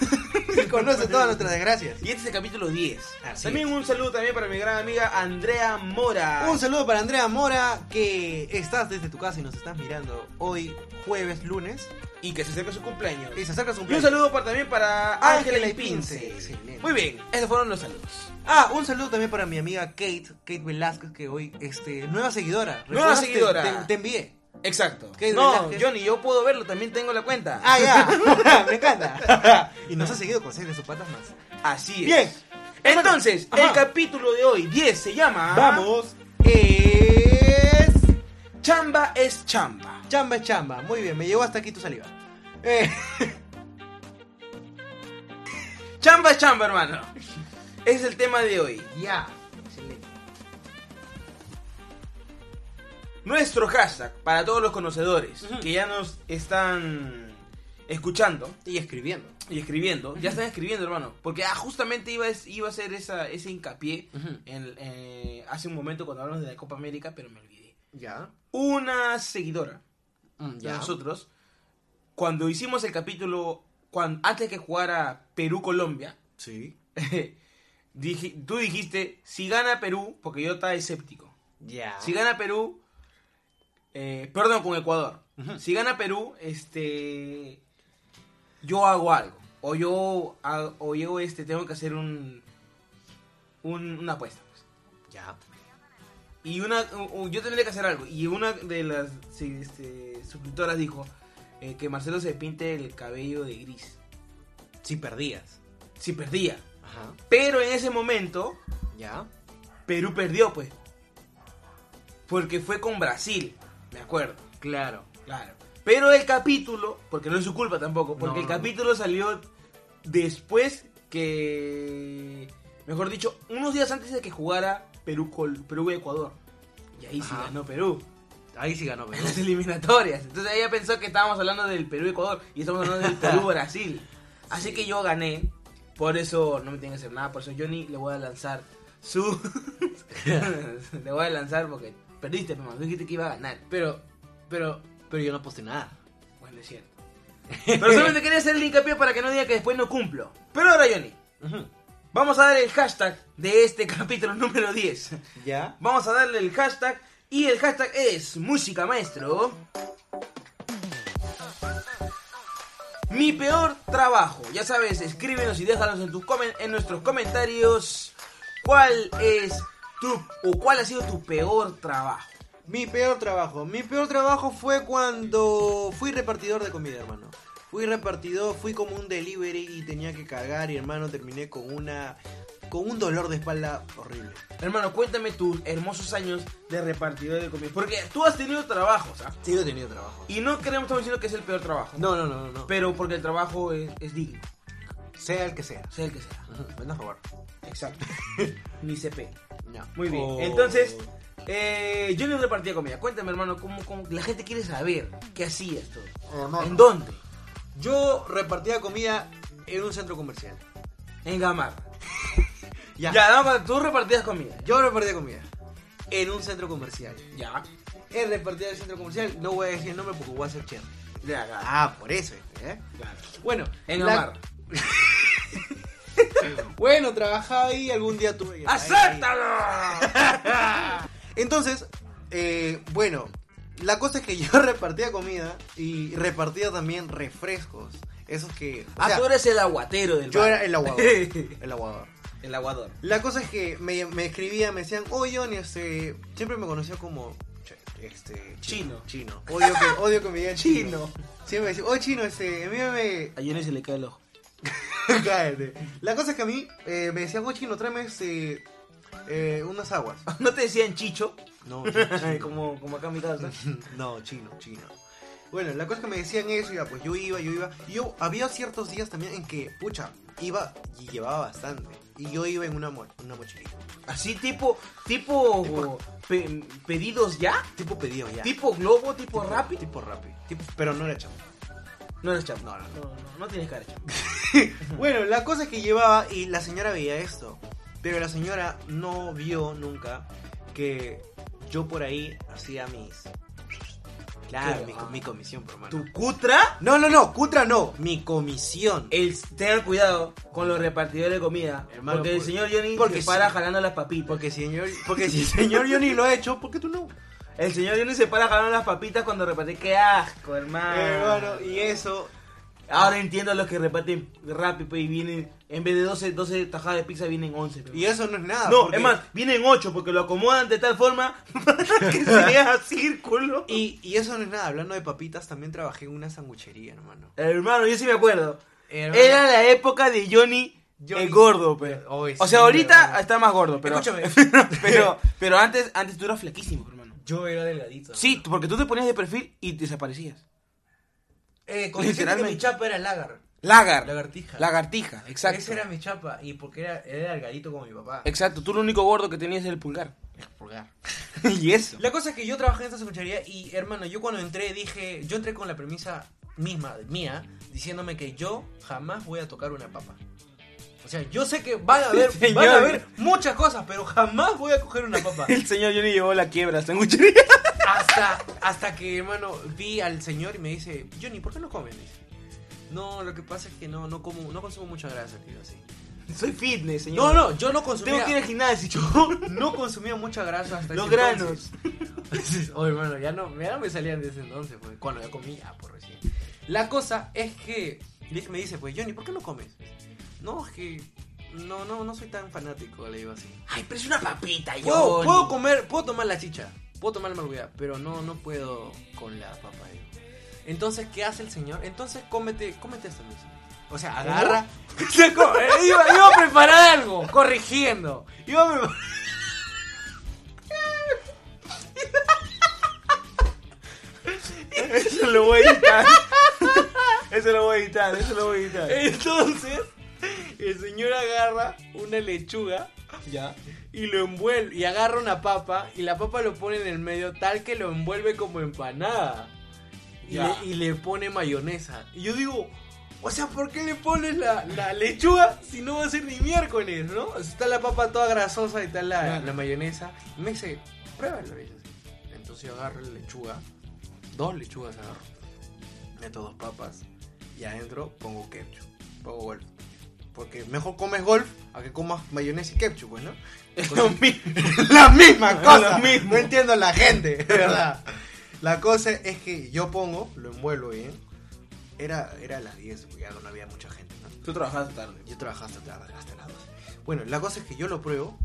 [SPEAKER 3] conoce todas nuestras desgracias.
[SPEAKER 1] Y este es el capítulo 10.
[SPEAKER 3] Así
[SPEAKER 1] también
[SPEAKER 3] es.
[SPEAKER 1] un saludo también para mi gran amiga Andrea Mora.
[SPEAKER 3] Un saludo para Andrea Mora, que estás desde tu casa y nos estás mirando hoy, jueves, lunes.
[SPEAKER 1] y que se acerca su cumpleaños.
[SPEAKER 3] Y se acerca su
[SPEAKER 1] Y un
[SPEAKER 3] cumpleaños.
[SPEAKER 1] saludo para, también para
[SPEAKER 3] Ángela
[SPEAKER 1] Ángela y
[SPEAKER 3] y Pince.
[SPEAKER 1] Pince.
[SPEAKER 3] Excelente.
[SPEAKER 1] Muy bien, esos fueron los saludos.
[SPEAKER 3] Ah, un saludo también para mi amiga Kate, Kate Velázquez, que hoy, este, nueva seguidora.
[SPEAKER 1] Nueva
[SPEAKER 3] ¿Recuerdas? Te-
[SPEAKER 1] seguidora.
[SPEAKER 3] Te, te envié.
[SPEAKER 1] Exacto.
[SPEAKER 3] Qué
[SPEAKER 1] No,
[SPEAKER 3] relajes.
[SPEAKER 1] Johnny, yo puedo verlo, también tengo la cuenta.
[SPEAKER 3] Ah, ya. Me encanta. y nos ha seguido con seis de sus patas más.
[SPEAKER 1] Así es.
[SPEAKER 3] Bien.
[SPEAKER 1] Entonces,
[SPEAKER 3] Ajá.
[SPEAKER 1] el capítulo de hoy, 10, se
[SPEAKER 3] Ah.
[SPEAKER 1] llama...
[SPEAKER 3] Es.
[SPEAKER 1] Chamba es chamba.
[SPEAKER 3] Chamba es chamba. Muy bien, me llegó hasta aquí tu saliva. Eh,
[SPEAKER 1] Chamba es chamba, hermano. Es el tema de hoy.
[SPEAKER 3] ya. Excelente.
[SPEAKER 1] Nuestro hashtag, para todos los conocedores
[SPEAKER 3] Ujú.
[SPEAKER 1] que ya nos están escuchando
[SPEAKER 3] Y escribiendo.
[SPEAKER 1] y escribiendo, ya están escribiendo, hermano, porque ah, justamente iba, a- iba a hacer esa, ese hincapié
[SPEAKER 3] Ujú.
[SPEAKER 1] en- eh, hace un momento cuando hablamos de la Copa América, pero me olvidé.
[SPEAKER 3] Ya.
[SPEAKER 1] Una seguidora
[SPEAKER 3] Mm,
[SPEAKER 1] de
[SPEAKER 3] ya.
[SPEAKER 1] nosotros, cuando hicimos el capítulo, cuan- antes que jugara Perú-Colombia,
[SPEAKER 3] Sí.
[SPEAKER 1] dije- tú dijiste, si gana Perú, porque yo estaba escéptico,
[SPEAKER 3] Ya.
[SPEAKER 1] si gana Perú, eh, perdón, con Ecuador,
[SPEAKER 3] Ujú.
[SPEAKER 1] si gana Perú, este, yo hago algo, o yo, ha- o yo, este, tengo que hacer un, un- una apuesta. pues.
[SPEAKER 3] Ya.
[SPEAKER 1] Y una, o- o yo tendría que hacer algo. Y una de las sí, este, suscriptoras dijo eh, que Marcelo se pinte el cabello de gris.
[SPEAKER 3] Si perdías.
[SPEAKER 1] Si perdía.
[SPEAKER 3] Ajá.
[SPEAKER 1] Pero en ese momento,
[SPEAKER 3] Ya.
[SPEAKER 1] Perú perdió, pues. Porque fue con Brasil, me acuerdo.
[SPEAKER 3] Claro.
[SPEAKER 1] Claro. Pero el capítulo, porque no es su culpa tampoco, porque
[SPEAKER 3] No,
[SPEAKER 1] el
[SPEAKER 3] no, no.
[SPEAKER 1] capítulo salió después que. Mejor dicho, unos días antes de que jugara Perú Col- Perú-Ecuador. y ahí sí
[SPEAKER 3] Ajá.
[SPEAKER 1] ganó Perú.
[SPEAKER 3] Ahí sí ganó
[SPEAKER 1] En
[SPEAKER 3] Perú.
[SPEAKER 1] las eliminatorias. Entonces ella pensó que estábamos hablando del Perú-Ecuador y estamos hablando del Perú-Brasil. Así que yo gané. Por eso no me tienen que hacer nada. Por eso Johnny le voy a lanzar su. le voy a lanzar porque perdiste, mamá. Tú dijiste que iba a ganar.
[SPEAKER 3] Pero, pero, pero yo no aposté nada.
[SPEAKER 1] Bueno, es cierto. Pero solamente quería hacer el hincapié para que no diga que después no cumplo. Pero ahora, Johnny, vamos a dar el hashtag de este capítulo número 10.
[SPEAKER 3] ¿Ya?
[SPEAKER 1] Vamos a darle el hashtag y el hashtag es música maestro. Mi peor trabajo. Ya sabes, escríbenos y déjanos en tus comen- en nuestros comentarios cuál es tu o cuál ha sido tu peor trabajo.
[SPEAKER 3] Mi peor trabajo. Mi peor trabajo fue cuando fui repartidor de comida, hermano. Fui repartidor, fui como un delivery y tenía que cargar y hermano terminé con una con un dolor de espalda horrible.
[SPEAKER 1] Hermano, cuéntame tus hermosos años de repartidor de comida. Porque tú has tenido trabajos, ¿ah?
[SPEAKER 3] Sí, yo he tenido trabajo.
[SPEAKER 1] Y no queremos estar diciendo que es el peor trabajo.
[SPEAKER 3] No, no, no, no, no.
[SPEAKER 1] Pero porque el trabajo es, es digno,
[SPEAKER 3] Sea el que sea.
[SPEAKER 1] sea el que sea.
[SPEAKER 3] Ven a favor.
[SPEAKER 1] Exacto. Ni CP.
[SPEAKER 3] No.
[SPEAKER 1] Muy bien.
[SPEAKER 3] Oh.
[SPEAKER 1] Entonces, eh, yo no repartía comida. Cuéntame, hermano, ¿cómo, cómo- la gente quiere saber qué hacías tú.
[SPEAKER 3] Hermano.
[SPEAKER 1] ¿En dónde?
[SPEAKER 3] Yo repartía comida en un centro comercial.
[SPEAKER 1] En Gamarra. Ya, no, cuando tú repartías comida.
[SPEAKER 3] Yo repartía comida en un centro comercial.
[SPEAKER 1] Ya.
[SPEAKER 3] He repartido en el centro comercial. No voy a decir el nombre porque voy a ser chévere.
[SPEAKER 1] Ya, ya.
[SPEAKER 3] Ah, por eso. ¿eh?
[SPEAKER 1] Claro.
[SPEAKER 3] Bueno,
[SPEAKER 1] En
[SPEAKER 3] la-
[SPEAKER 1] Gamarra.
[SPEAKER 3] Bueno, trabajaba ahí. Algún día tuve que.
[SPEAKER 1] ¡Acéptalo!
[SPEAKER 3] Entonces, eh, bueno, la cosa es que yo repartía comida y repartía también refrescos. Esos que. o
[SPEAKER 1] Ah,
[SPEAKER 3] sea,
[SPEAKER 1] tú eres el aguatero del
[SPEAKER 3] yo
[SPEAKER 1] bar.
[SPEAKER 3] era el aguador. el aguador.
[SPEAKER 1] el aguador.
[SPEAKER 3] La cosa es que me, me escribían, me decían, oye, Johnny, este. Siempre me conoció como. ch- Este.
[SPEAKER 1] Chino.
[SPEAKER 3] Chino. Odio que, odio que me digan chino.
[SPEAKER 1] Chino.
[SPEAKER 3] Siempre me decían, oye, chino, este. A mí me.
[SPEAKER 1] A Johnny se le cae el ojo.
[SPEAKER 3] Cállate. La cosa es que a mí eh, me decían, oye, chino, tráeme este, eh, unas aguas.
[SPEAKER 1] ¿No te decían chicho?
[SPEAKER 3] No,
[SPEAKER 1] como, como acá en mi casa.
[SPEAKER 3] no, chino, chino. Bueno, la cosa es que me decían eso, ya, pues yo iba, yo iba. Y Yo había ciertos días también en que, pucha, iba y llevaba bastante. Y yo iba en una, mo- una mochilita.
[SPEAKER 1] Así tipo, tipo,
[SPEAKER 3] Tipo-
[SPEAKER 1] pe- pedidos ya,
[SPEAKER 3] Tipo pedido ya.
[SPEAKER 1] tipo globo, tipo, rápido.
[SPEAKER 3] Tipo rápido. Tipo, pero no era chamo.
[SPEAKER 1] No eres chamo.
[SPEAKER 3] No, no, no.
[SPEAKER 1] No, no, no tienes cara de chamo.
[SPEAKER 3] Bueno, la cosa es que llevaba y la señora veía esto. Pero la señora no vio nunca que yo por ahí hacía mis. Claro,
[SPEAKER 1] Claro,
[SPEAKER 3] mi,
[SPEAKER 1] ah.
[SPEAKER 3] mi comisión, por mano.
[SPEAKER 1] Tu cutra,
[SPEAKER 3] No, no, no, Cutra no, mi comisión.
[SPEAKER 1] el, tengan cuidado con los repartidores de comida.
[SPEAKER 3] Hermano,
[SPEAKER 1] porque el
[SPEAKER 3] por-
[SPEAKER 1] señor Johnny
[SPEAKER 3] porque
[SPEAKER 1] se para
[SPEAKER 3] sí.
[SPEAKER 1] jalando las papitas.
[SPEAKER 3] Porque, señor, porque si el señor Johnny lo ha hecho, ¿por qué tú no?
[SPEAKER 1] El señor Johnny se para jalando las papitas cuando reparte. ¡Qué asco, hermano!
[SPEAKER 3] Hermano, Eh, y eso.
[SPEAKER 1] Ahora entiendo a los que reparten rápido y vienen, en vez de 12, 12 tajadas de pizza, vienen 11. pero-
[SPEAKER 3] Y eso no es nada.
[SPEAKER 1] No,
[SPEAKER 3] porque-
[SPEAKER 1] es más, vienen ocho porque lo acomodan de tal forma que sea círculo.
[SPEAKER 3] Y, y eso no es nada. Hablando de papitas, también trabajé en una sanguchería, hermano.
[SPEAKER 1] Hermano, yo sí me acuerdo.
[SPEAKER 3] Hermano.
[SPEAKER 1] Era la época de Johnny,
[SPEAKER 3] Johnny-
[SPEAKER 1] el gordo, pero.
[SPEAKER 3] Ay,
[SPEAKER 1] o
[SPEAKER 3] sí,
[SPEAKER 1] sea, ahorita
[SPEAKER 3] hermano.
[SPEAKER 1] está más gordo, pero.
[SPEAKER 3] Escúchame.
[SPEAKER 1] pero, pero antes, antes tú eras flaquísimo, hermano.
[SPEAKER 4] Yo era delgadito.
[SPEAKER 1] Sí, tú- porque tú te ponías de perfil y desaparecías.
[SPEAKER 4] Eh, con decirte que
[SPEAKER 1] Literalmente.
[SPEAKER 4] mi chapa era lagar.
[SPEAKER 1] Lagar.
[SPEAKER 4] Lagartija.
[SPEAKER 1] Lagartija, exacto.
[SPEAKER 4] Esa era mi chapa. Y porque era, era delgadito como mi papá.
[SPEAKER 1] Exacto, tú lo único gordo que tenías era el pulgar.
[SPEAKER 4] Pulgar.
[SPEAKER 1] y eso.
[SPEAKER 4] La cosa es que yo trabajé en esta sanguchería y, hermano, yo cuando entré dije, yo entré con la premisa misma, mía, diciéndome que yo jamás voy a tocar una papa. O sea, yo sé que van a haber, van a
[SPEAKER 1] Señor.
[SPEAKER 4] haber muchas cosas, pero jamás voy a coger una papa.
[SPEAKER 1] El señor Johnny llevó la quiebra a sanguchería.
[SPEAKER 4] Hasta, hasta que, hermano, vi al señor y me dice, Johnny, ¿por qué no comes? Me dice, No, lo que pasa es que no, no como, no consumo mucha grasa, tío, así.
[SPEAKER 1] Soy fitness,
[SPEAKER 4] No,
[SPEAKER 1] señor.
[SPEAKER 4] no, yo no
[SPEAKER 1] Tengo
[SPEAKER 4] consumía,
[SPEAKER 1] que ir al gimnasio.
[SPEAKER 4] no consumía mucha grasa hasta
[SPEAKER 1] Los
[SPEAKER 4] ese
[SPEAKER 1] granos.
[SPEAKER 4] entonces. Oye, hermano, ya no, ya no me salían desde entonces, pues, cuando ya comía, por recién. La cosa es que Lick me dice, pues, Johnny, ¿por qué no comes? No, es que no, no, no soy tan fanático, le digo así.
[SPEAKER 1] Ay, pero es una papita,
[SPEAKER 4] Puedo,
[SPEAKER 1] Johnny.
[SPEAKER 4] puedo comer, puedo tomar la chicha, puedo tomar la margulla, pero no, no puedo con la papa. digo. Entonces, ¿qué hace el señor? Entonces, cómete, cómete esta mesa. O sea, agarra. Se co- eh, iba, iba a preparar algo, corrigiendo. Iba a preparar.
[SPEAKER 1] Eso lo voy a editar. Eso lo voy a editar, eso lo voy a editar.
[SPEAKER 4] Entonces, el señor agarra una lechuga
[SPEAKER 1] Ya.
[SPEAKER 3] y lo envuelve y agarra una papa y la papa lo pone en el medio tal que lo envuelve como empanada. Y,
[SPEAKER 5] Ya.
[SPEAKER 3] le, y le pone mayonesa. Y yo digo, o sea, ¿por qué le pones la, la lechuga si no va a ser ni miércoles, no? O sea, está la papa toda grasosa y está la,
[SPEAKER 1] Claro.
[SPEAKER 3] la mayonesa. Y me dice, pruébalo. y yo así. Entonces yo agarro la lechuga, dos lechugas agarro, meto dos papas y adentro pongo ketchup, pongo golf. Porque mejor comes golf a que comas mayonesa y ketchup, pues, ¿no?
[SPEAKER 1] Lo
[SPEAKER 3] Entonces-
[SPEAKER 1] mismo.
[SPEAKER 3] la misma
[SPEAKER 1] Es
[SPEAKER 3] cosa.
[SPEAKER 1] lo mismo.
[SPEAKER 3] No entiendo la gente, de verdad. La cosa es que yo pongo, lo envuelvo bien. Era, era las 10, porque ya no había mucha gente, ¿no?
[SPEAKER 1] Tú trabajaste tarde.
[SPEAKER 3] Yo trabajaba hasta tarde, hasta las 12. Bueno, la cosa es que yo lo pruebo.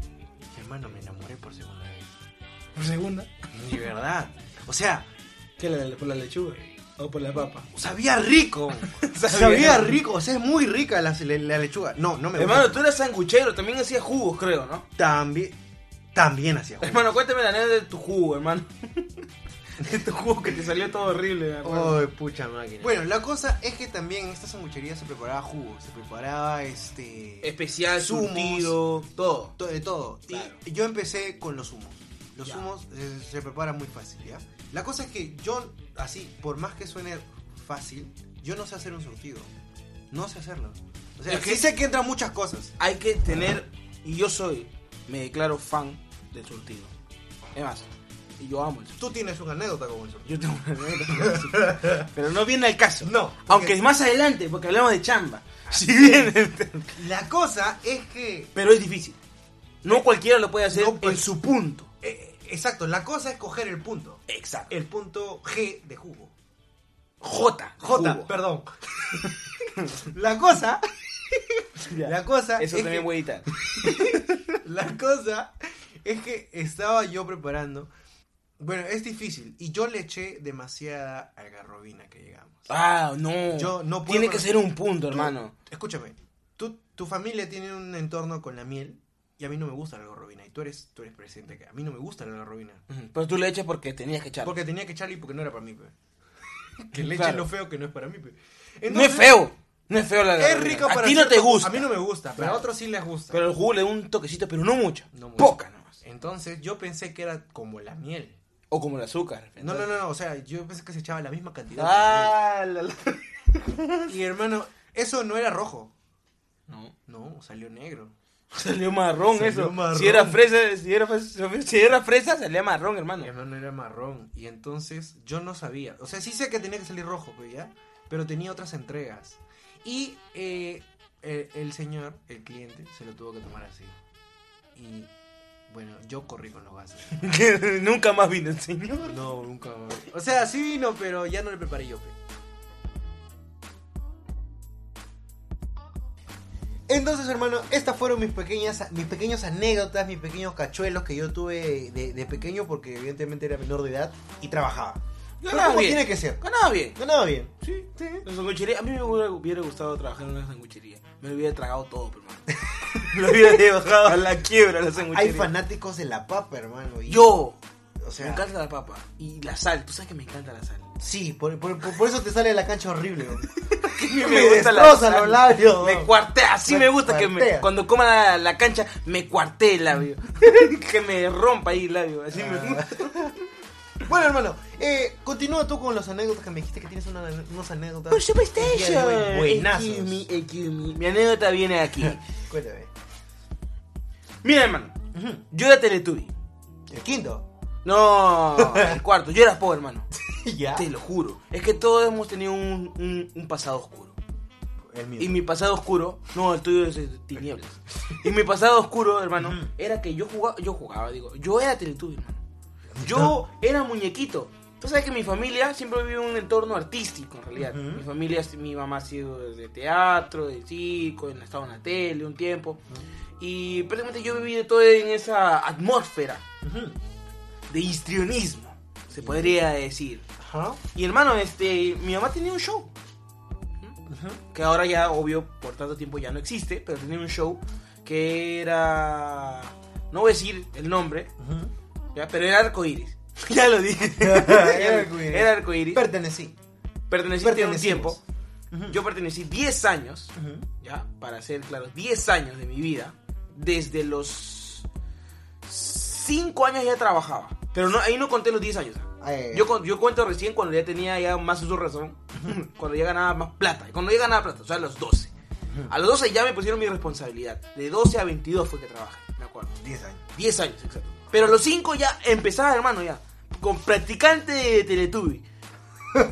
[SPEAKER 3] Y hermano, me enamoré por segunda vez.
[SPEAKER 1] Por segunda.
[SPEAKER 3] De verdad. O sea,
[SPEAKER 5] ¿Qué? ¿Por la lechuga? ¿O por la papa?
[SPEAKER 3] sabía rico. sabía,
[SPEAKER 1] Sabía
[SPEAKER 3] rico. O sea, es muy rica la, la lechuga. No, no me gusta.
[SPEAKER 1] Hermano, tú eras sanguchero, también hacías jugos, creo, ¿no?
[SPEAKER 3] También, también hacía jugo.
[SPEAKER 1] Hermano, cuéntame la anécdota de tu jugo, hermano. De tu jugo que te salió todo horrible, me acuerdo.
[SPEAKER 3] Ay, pucha máquina. Bueno, la cosa es que también en esta sanguchería se preparaba jugo, se preparaba este.
[SPEAKER 1] Especial,
[SPEAKER 3] Zumos.
[SPEAKER 1] surtido, todo.
[SPEAKER 3] to- de todo.
[SPEAKER 1] Claro.
[SPEAKER 3] Y yo empecé con los humos. Los
[SPEAKER 1] Ya.
[SPEAKER 3] humos eh, se preparan muy fácil, ¿ya? La cosa es que yo, así, por más que suene fácil, yo no sé hacer un surtido. No sé hacerlo. O sea,
[SPEAKER 1] Es que-
[SPEAKER 3] sí sé que entran muchas cosas.
[SPEAKER 1] Hay que tener, y yo soy, me declaro fan del surtido. Es más, y yo amo el surtido.
[SPEAKER 3] Tú tienes una anécdota con el surtido.
[SPEAKER 1] Yo tengo una anécdota, pero sí. pero no viene al caso.
[SPEAKER 3] No, porque-
[SPEAKER 1] Aunque es más adelante, porque hablamos de chamba. Si viene,
[SPEAKER 3] La cosa es que
[SPEAKER 1] pero es difícil. No cualquiera lo puede hacer
[SPEAKER 3] No, pues.
[SPEAKER 1] en su punto.
[SPEAKER 3] Eh, exacto, la cosa es coger el punto.
[SPEAKER 1] Exacto.
[SPEAKER 3] El punto G de jugo.
[SPEAKER 1] J.
[SPEAKER 3] J,
[SPEAKER 1] jugo.
[SPEAKER 3] perdón. la cosa.
[SPEAKER 1] Ya.
[SPEAKER 3] La cosa.
[SPEAKER 1] Eso
[SPEAKER 3] es
[SPEAKER 1] también
[SPEAKER 3] que,
[SPEAKER 1] voy a editar.
[SPEAKER 3] La cosa es que estaba yo preparando. Bueno, es difícil. Y yo le eché demasiada algarrobina que llegamos.
[SPEAKER 1] Ah, no.
[SPEAKER 3] Yo no puedo
[SPEAKER 1] Tiene
[SPEAKER 3] con-
[SPEAKER 1] que ser un punto,
[SPEAKER 3] Tú-
[SPEAKER 1] hermano.
[SPEAKER 3] Escúchame. Tú, tu familia tiene un entorno con la miel. Y a mí no me gusta la algarrobina. Y tú eres, tú eres presente que a mí no me gusta la algarrobina.
[SPEAKER 1] Ujú, Pero tú le echas porque tenías que echar.
[SPEAKER 3] Porque tenía que echarle y porque no era para mí, pe. Que le echen
[SPEAKER 1] Claro.
[SPEAKER 3] lo feo que no es para mí, pe.
[SPEAKER 1] no es
[SPEAKER 3] Entonces,
[SPEAKER 1] feo. No es feo la
[SPEAKER 3] Es rico para
[SPEAKER 1] A ti no
[SPEAKER 3] cierto-
[SPEAKER 1] te gusta.
[SPEAKER 3] A mí no me gusta, pero a
[SPEAKER 1] Claro.
[SPEAKER 3] otros sí les gusta.
[SPEAKER 1] Pero el jugo le da un toquecito, pero no mucho.
[SPEAKER 3] No mucho.
[SPEAKER 1] Poca nomás.
[SPEAKER 3] Entonces yo pensé que era como la miel.
[SPEAKER 1] O como el azúcar.
[SPEAKER 3] No, no, no, no, o sea, yo pensé que se echaba la misma cantidad. que
[SPEAKER 1] Ah, la, la.
[SPEAKER 3] la miel. Y hermano, eso no era rojo.
[SPEAKER 1] No.
[SPEAKER 3] No, salió negro.
[SPEAKER 1] Salió marrón
[SPEAKER 3] Salió
[SPEAKER 1] eso.
[SPEAKER 3] marrón.
[SPEAKER 1] Si era fresa, si era fresa, si era fresa, salía marrón, hermano.
[SPEAKER 3] Mi hermano era marrón. Y entonces yo no sabía. O sea, sí sé que tenía que salir rojo, pero ya. Pero tenía otras entregas. Y eh, el, el señor, el cliente, se lo tuvo que tomar así. Y bueno, yo corrí con los gases.
[SPEAKER 1] Que Nunca más vino el señor.
[SPEAKER 3] No, nunca más. O sea, sí vino, pero ya no le preparé yo. pe. Entonces, hermano, estas fueron mis pequeñas, mis pequeños anécdotas, mis pequeños cachuelos que yo tuve de, de pequeño porque evidentemente era menor de edad y trabajaba. Pero
[SPEAKER 1] Ganaba
[SPEAKER 3] como
[SPEAKER 1] bien.
[SPEAKER 3] tiene que ser.
[SPEAKER 1] Ganaba bien.
[SPEAKER 3] Ganaba bien.
[SPEAKER 1] Sí, sí. La sanguchería, a mí me hubiera, hubiera gustado trabajar en una sanguchería. Me lo hubiera tragado todo, pero hermano. lo hubiera llevado a la quiebra la sanguchería.
[SPEAKER 5] Hay fanáticos de la papa, hermano. y-
[SPEAKER 1] Yo,
[SPEAKER 5] O sea,
[SPEAKER 1] me encanta la papa y la sal. Tú sabes que me encanta la sal.
[SPEAKER 5] sí, por, por- por- por eso te sale la cancha horrible. bro.
[SPEAKER 1] Me,
[SPEAKER 5] destroza los labios.
[SPEAKER 1] Me cuartea, así
[SPEAKER 5] Me
[SPEAKER 1] me, gusta que me,
[SPEAKER 5] cuartea.
[SPEAKER 1] cuando coma la, la cancha me cuartee el labio. que me rompa ahí el labio. Así me
[SPEAKER 5] Ah.
[SPEAKER 1] gusta.
[SPEAKER 5] bueno, hermano, eh, continúa tú con las anécdotas que me dijiste que tienes una, unas anécdotas.
[SPEAKER 1] Por supuesto.
[SPEAKER 5] El día de hoy, buenazos.
[SPEAKER 1] Excuse me, excuse me. Mi eh, anécdota viene aquí.
[SPEAKER 5] Cuéntame.
[SPEAKER 1] Mira, hermano. Yo era Teletubby.
[SPEAKER 5] El quinto.
[SPEAKER 1] No, el cuarto. Yo era pobre, hermano.
[SPEAKER 5] ya.
[SPEAKER 1] Te lo juro. Es que todos hemos tenido un, un- un pasado oscuro.
[SPEAKER 5] El mío.
[SPEAKER 1] Y mi pasado oscuro, no, el tuyo es de tinieblas. Y mi pasado oscuro, hermano, era que yo jugaba, yo jugaba, digo, yo era Teletubby, hermano. Yo era muñequito. Tú sabes que mi familia siempre vivió en un entorno artístico, en realidad. Mi familia, mi mamá ha sido de teatro, de circo, en- ha estado en la tele un tiempo. Y prácticamente yo viví de todo en esa atmósfera
[SPEAKER 5] Ujú.
[SPEAKER 1] de histrionismo, se podría decir.
[SPEAKER 5] Ajá.
[SPEAKER 1] Y hermano, este, mi mamá tenía un show. Que ahora ya, obvio, por tanto tiempo ya no existe, pero tenía un show que era. No voy a decir el nombre,
[SPEAKER 5] Ujú.
[SPEAKER 1] ya, pero era arcoíris. ya lo dije.
[SPEAKER 5] Era arcoíris.
[SPEAKER 1] Era arcoíris.
[SPEAKER 5] Pertenecí.
[SPEAKER 1] Pertenecí a un
[SPEAKER 5] pertenecimos.
[SPEAKER 1] tiempo. Yo pertenecí 10 años, ya, para ser claros, 10 años de mi vida, desde los 5 años ya trabajaba. Pero no, ahí no conté los 10 años. ¿ah?
[SPEAKER 3] Ay,
[SPEAKER 1] Yo, con- yo cuento recién cuando ya tenía ya más uso razón, cuando ya ganaba más plata, cuando ya ganaba plata, o sea, a los 12. A los 12 ya me pusieron mi responsabilidad. De 12 a 22 fue que trabajé, me acuerdo.
[SPEAKER 3] 10 años.
[SPEAKER 1] 10 años, exacto. Pero a los 5 ya empezaba, hermano, ya. Con practicante de Teletubby.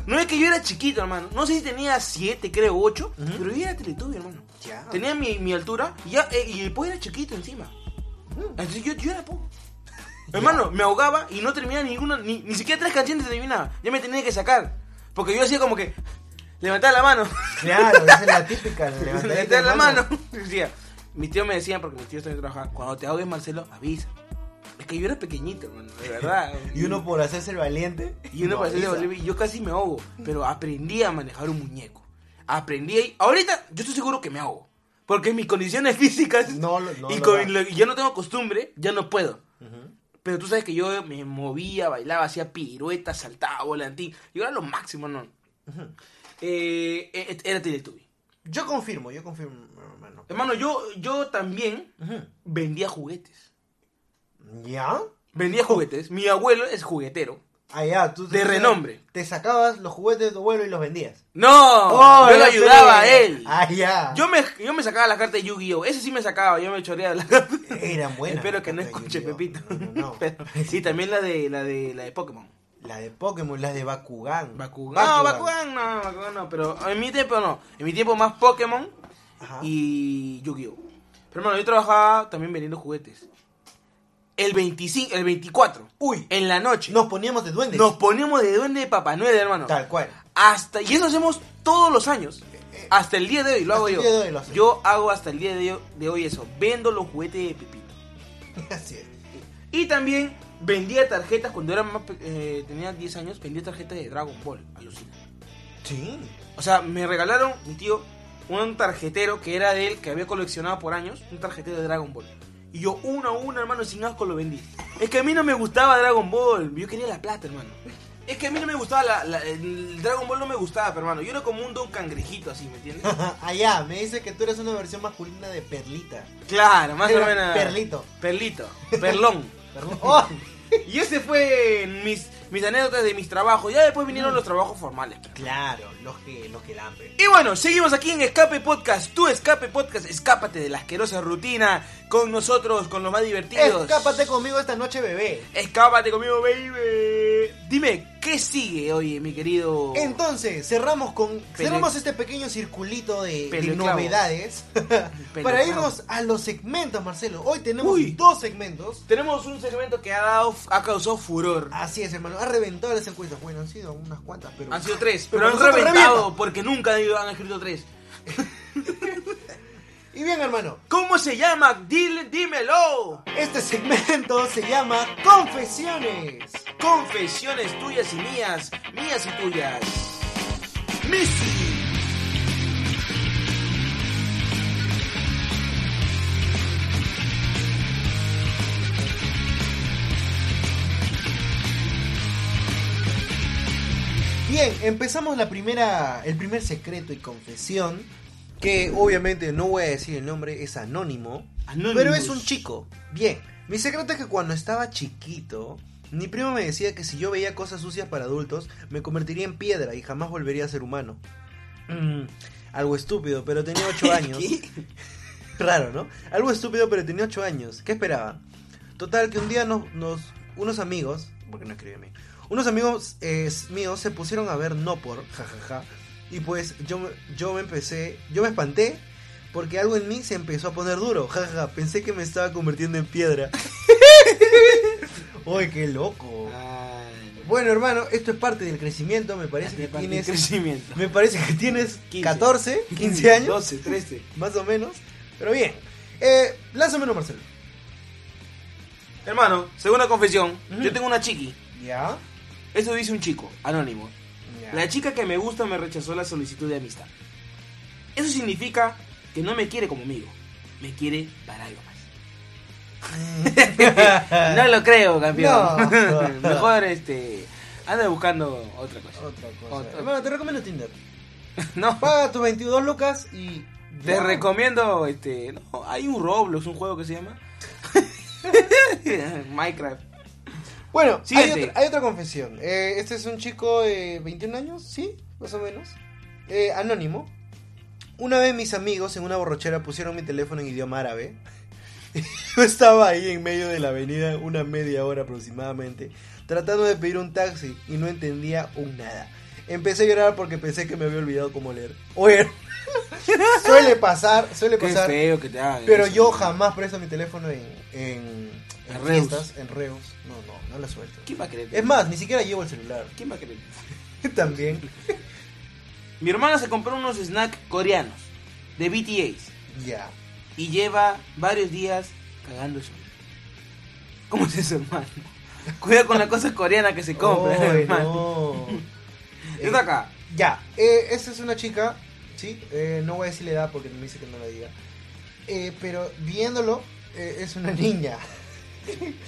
[SPEAKER 1] No es que yo era chiquito, hermano. No sé si tenía 7, creo 8. Pero yo era Teletubby, hermano.
[SPEAKER 3] Ya.
[SPEAKER 1] Tenía mi, mi altura y, ya, eh, y el po era chiquito encima. Entonces yo, yo era po. Hermano, me ahogaba y no terminaba ninguna, ni, ni siquiera tres canciones terminaba. Ya me tenía que sacar. Porque yo hacía como que. Levantaba la mano.
[SPEAKER 3] Claro, esa es la típica. de levantar
[SPEAKER 1] Levantar la mano. Decía, mis tíos me decían, porque mis tíos también trabajaban, cuando te ahogues, Marcelo, avisa. Es que yo era pequeñito, hermano, de verdad.
[SPEAKER 3] Y uno por hacerse el valiente.
[SPEAKER 1] Y uno
[SPEAKER 3] no
[SPEAKER 1] para hacerle
[SPEAKER 3] avisa.
[SPEAKER 1] Bolivia, yo casi me ahogo, pero aprendí a manejar un muñeco. Aprendí ahí. Ahorita yo estoy seguro que me ahogo. Porque mis condiciones físicas
[SPEAKER 3] No lo- no
[SPEAKER 1] y
[SPEAKER 3] lo
[SPEAKER 1] con
[SPEAKER 3] da.
[SPEAKER 1] lo- y yo no tengo costumbre, ya no puedo. Pero tú sabes que yo me movía, bailaba, hacía piruetas, saltaba, volantín. Yo era lo máximo, ¿no? Eh, eh, era Teletubby.
[SPEAKER 3] Yo confirmo, yo confirmo, hermano.
[SPEAKER 1] Hermano, yo, yo también
[SPEAKER 3] Ujú.
[SPEAKER 1] vendía juguetes.
[SPEAKER 3] ¿Ya?
[SPEAKER 1] Vendía juguetes. Mi abuelo es juguetero.
[SPEAKER 3] Ah, ya, tú
[SPEAKER 1] De
[SPEAKER 3] tú-
[SPEAKER 1] renombre.
[SPEAKER 3] Te sacabas los juguetes de tu abuelo y los vendías.
[SPEAKER 1] No,
[SPEAKER 3] Oh,
[SPEAKER 1] yo lo
[SPEAKER 3] era
[SPEAKER 1] ayudaba a
[SPEAKER 3] serio.
[SPEAKER 1] él.
[SPEAKER 3] Ah, ya.
[SPEAKER 1] Yo me, yo me sacaba la carta de Yu-Gi-Oh! Ese sí me sacaba, yo me choreaba la carta.
[SPEAKER 3] Eran buenas.
[SPEAKER 1] Espero que no
[SPEAKER 3] las cartas de
[SPEAKER 1] escuche Pepito.
[SPEAKER 3] Yu-Gi-Oh. No, no, no.
[SPEAKER 1] Pero- y también la de la de la de Pokémon.
[SPEAKER 3] Las de Pokémon, las de Bakugan.
[SPEAKER 1] Bakugan. No, Bakugan no, Bakugan no, pero en mi tiempo no. En mi tiempo más Pokémon
[SPEAKER 3] Ajá.
[SPEAKER 1] y Yu-Gi-Oh! Pero hermano, yo trabajaba también vendiendo juguetes. El 25, el 24.
[SPEAKER 3] Uy.
[SPEAKER 1] En la noche.
[SPEAKER 3] Nos poníamos de duendes.
[SPEAKER 1] Nos poníamos de duende de Papá Noel, hermano.
[SPEAKER 3] Tal cual.
[SPEAKER 1] Hasta, y eso hacemos todos los años. Hasta el día de hoy lo
[SPEAKER 3] Eh, Hasta
[SPEAKER 1] hago
[SPEAKER 3] el
[SPEAKER 1] yo.
[SPEAKER 3] día de hoy lo haces.
[SPEAKER 1] yo hago hasta el día de hoy, de hoy eso. Vendo los juguetes de Pepito.
[SPEAKER 3] Así es.
[SPEAKER 1] Y también vendía tarjetas cuando era más pe- eh, tenía 10 años, vendía tarjetas de Dragon Ball a los
[SPEAKER 3] Sí.
[SPEAKER 1] O sea, me regalaron mi tío un tarjetero que era de él, que había coleccionado por años, un tarjetero de Dragon Ball. Y yo uno a uno, hermano, sin asco lo vendí. Es que a mí no me gustaba Dragon Ball, yo quería la plata, hermano. Es que a mí no me gustaba la, la- el Dragon Ball no me gustaba, pero, hermano. Yo era como un don cangrejito así, ¿me entiendes?
[SPEAKER 3] Allá, Ah, me dice que tú eres una versión masculina de Perlita.
[SPEAKER 1] Claro, más o
[SPEAKER 3] Era
[SPEAKER 1] menos.
[SPEAKER 3] Perlito.
[SPEAKER 1] Perlito, perlón.
[SPEAKER 3] Perdón. ¡Oh!
[SPEAKER 1] Y ese fue mis, mis anécdotas de mis trabajos. Ya después vinieron
[SPEAKER 3] Mm.
[SPEAKER 1] los trabajos formales.
[SPEAKER 3] Claro, los que, los que dan, pe.
[SPEAKER 1] Y bueno, seguimos aquí en Escape Podcast, tu Escape Podcast, escápate de la asquerosa rutina con nosotros, con los más divertidos.
[SPEAKER 3] Escápate conmigo esta noche, bebé.
[SPEAKER 1] Escápate conmigo, baby. Dime, ¿qué sigue hoy, mi querido?
[SPEAKER 3] Entonces, cerramos con
[SPEAKER 1] Oh. Pele-
[SPEAKER 3] cerramos este pequeño circulito de, de
[SPEAKER 1] Peleclavo.
[SPEAKER 3] novedades
[SPEAKER 1] Pele-
[SPEAKER 3] para irnos a los segmentos, Marcelo. Hoy tenemos
[SPEAKER 1] Uy.
[SPEAKER 3] dos segmentos.
[SPEAKER 1] Tenemos un segmento que ha dado, ha causado furor.
[SPEAKER 3] Así es, hermano. Ha reventado las encuestas. Bueno, han sido unas cuantas, pero
[SPEAKER 1] Han sido tres,
[SPEAKER 3] Pero
[SPEAKER 1] pero, han
[SPEAKER 3] nosotros
[SPEAKER 1] reventado
[SPEAKER 3] revienta.
[SPEAKER 1] porque nunca han escrito tres.
[SPEAKER 3] Y bien, hermano,
[SPEAKER 1] ¿Cómo se llama? Dile, dímelo.
[SPEAKER 3] este segmento se llama Confesiones.
[SPEAKER 1] Confesiones tuyas y mías, mías y tuyas. Missy.
[SPEAKER 3] Bien, empezamos la primera, el primer secreto y confesión que obviamente no voy a decir el nombre, es anónimo,
[SPEAKER 1] Anonymous.
[SPEAKER 3] pero es un chico. Bien, mi secreto es que cuando estaba chiquito, mi primo me decía que si yo veía cosas sucias para adultos, me convertiría en piedra y jamás volvería a ser humano. Mm, algo estúpido, pero tenía 8 años. Raro, ¿no? Algo estúpido, pero tenía 8 años. ¿Qué esperaba? Total, que un día nos, nos- unos amigos, porque no escribí a mí, unos amigos eh, míos se pusieron a ver No Por, jajaja, y pues yo, me- yo me empecé, yo me espanté porque algo en mí se empezó a poner duro, jajaja, pensé que me estaba convirtiendo en piedra. ¡Uy, qué loco!
[SPEAKER 1] Ah.
[SPEAKER 3] Bueno, hermano, esto es parte del crecimiento, me parece que tienes...
[SPEAKER 1] crecimiento.
[SPEAKER 3] Me parece que tienes
[SPEAKER 1] 15.
[SPEAKER 3] 14, 15 años
[SPEAKER 1] 12, 13.
[SPEAKER 3] más o menos. Pero bien, eh, lánzamelo, Marcelo.
[SPEAKER 1] Hermano, según la confesión,
[SPEAKER 3] Ujú.
[SPEAKER 1] yo tengo una chiqui.
[SPEAKER 3] Ya.
[SPEAKER 1] Eso dice un chico, anónimo. La chica que me gusta me rechazó la solicitud de amistad. Eso significa que no me quiere como amigo, me quiere para algo más. no lo creo, campeón.
[SPEAKER 3] Ah. No.
[SPEAKER 1] Mejor este anda buscando otra cosa.
[SPEAKER 3] Otra cosa.
[SPEAKER 1] Otra.
[SPEAKER 3] Hermano, te recomiendo Tinder.
[SPEAKER 1] No,
[SPEAKER 3] Paga tus 22 lucas y.
[SPEAKER 1] te
[SPEAKER 3] Ya.
[SPEAKER 1] recomiendo este, no, hay un Roblox, un juego que se llama Minecraft.
[SPEAKER 3] Bueno, hay
[SPEAKER 1] Siguiente.
[SPEAKER 3] otra, hay otra confesión. Eh, este es un chico de 21 años, sí, más o menos. Eh, anónimo. Una vez mis amigos en una borrochera pusieron mi teléfono en idioma árabe. Yo estaba ahí en medio de la avenida una media hora aproximadamente, tratando de pedir un taxi y no entendía un nada. Empecé a llorar porque pensé que me había olvidado cómo leer. Oye, suele pasar, suele
[SPEAKER 1] Qué
[SPEAKER 3] pasar.
[SPEAKER 1] feo que te hagan.
[SPEAKER 3] Pero
[SPEAKER 1] eso.
[SPEAKER 3] yo jamás presto mi teléfono en, en, en
[SPEAKER 1] En reos.
[SPEAKER 3] fiestas, en reos. No, no, no lo suelto.
[SPEAKER 1] ¿Quién va a creer?
[SPEAKER 3] Es más, ni siquiera llevo el celular.
[SPEAKER 1] ¿Quién va a creer?
[SPEAKER 3] También.
[SPEAKER 1] Mi hermana se compró unos snacks coreanos de BTS
[SPEAKER 3] Ya.
[SPEAKER 1] y lleva varios días cagando eso. ¿Cómo es eso, hermano? Cuida con la cosa coreana que se compra,
[SPEAKER 3] Oy,
[SPEAKER 1] hermano.
[SPEAKER 3] no. Eh,
[SPEAKER 1] Está acá.
[SPEAKER 3] ya. Eh, esta es una chica, ¿sí? Eh, no voy a decirle edad porque me dice que no la diga. Eh, pero viéndolo, eh, es una niña.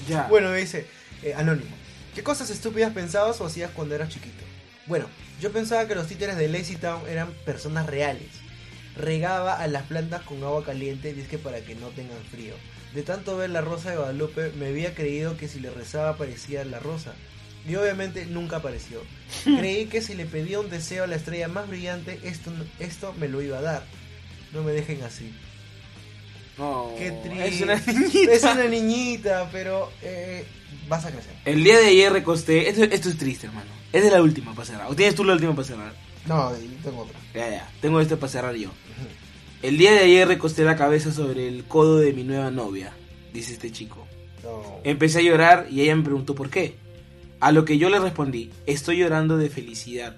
[SPEAKER 1] Ya.
[SPEAKER 3] Bueno, me dice, eh, anónimo. ¿Qué cosas estúpidas pensabas o hacías cuando eras chiquito? Bueno, yo pensaba que los títeres de Lazy Town eran personas reales. Regaba a las plantas con agua caliente, dice que para que no tengan frío. De tanto ver la rosa de Guadalupe, me había creído que si le rezaba aparecía la rosa. Y obviamente nunca apareció. Creí que si le pedía un deseo a la estrella más brillante, esto, esto me lo iba a dar. No me dejen así.
[SPEAKER 1] No,
[SPEAKER 3] Qué
[SPEAKER 1] Es
[SPEAKER 3] triste.
[SPEAKER 1] una niñita.
[SPEAKER 3] Es una niñita, pero eh, vas a crecer.
[SPEAKER 1] El día de ayer recosté. Esto, esto es triste, hermano. Esa es la última para cerrar. ¿O tienes tú la última para cerrar?
[SPEAKER 3] No, tengo otra.
[SPEAKER 1] Ya, ya. Tengo esta para cerrar yo. El día de ayer recosté la cabeza sobre el codo de mi nueva novia, dice este chico.
[SPEAKER 3] No.
[SPEAKER 1] Empecé a llorar y ella me preguntó por qué. A lo que yo le respondí, estoy llorando de felicidad.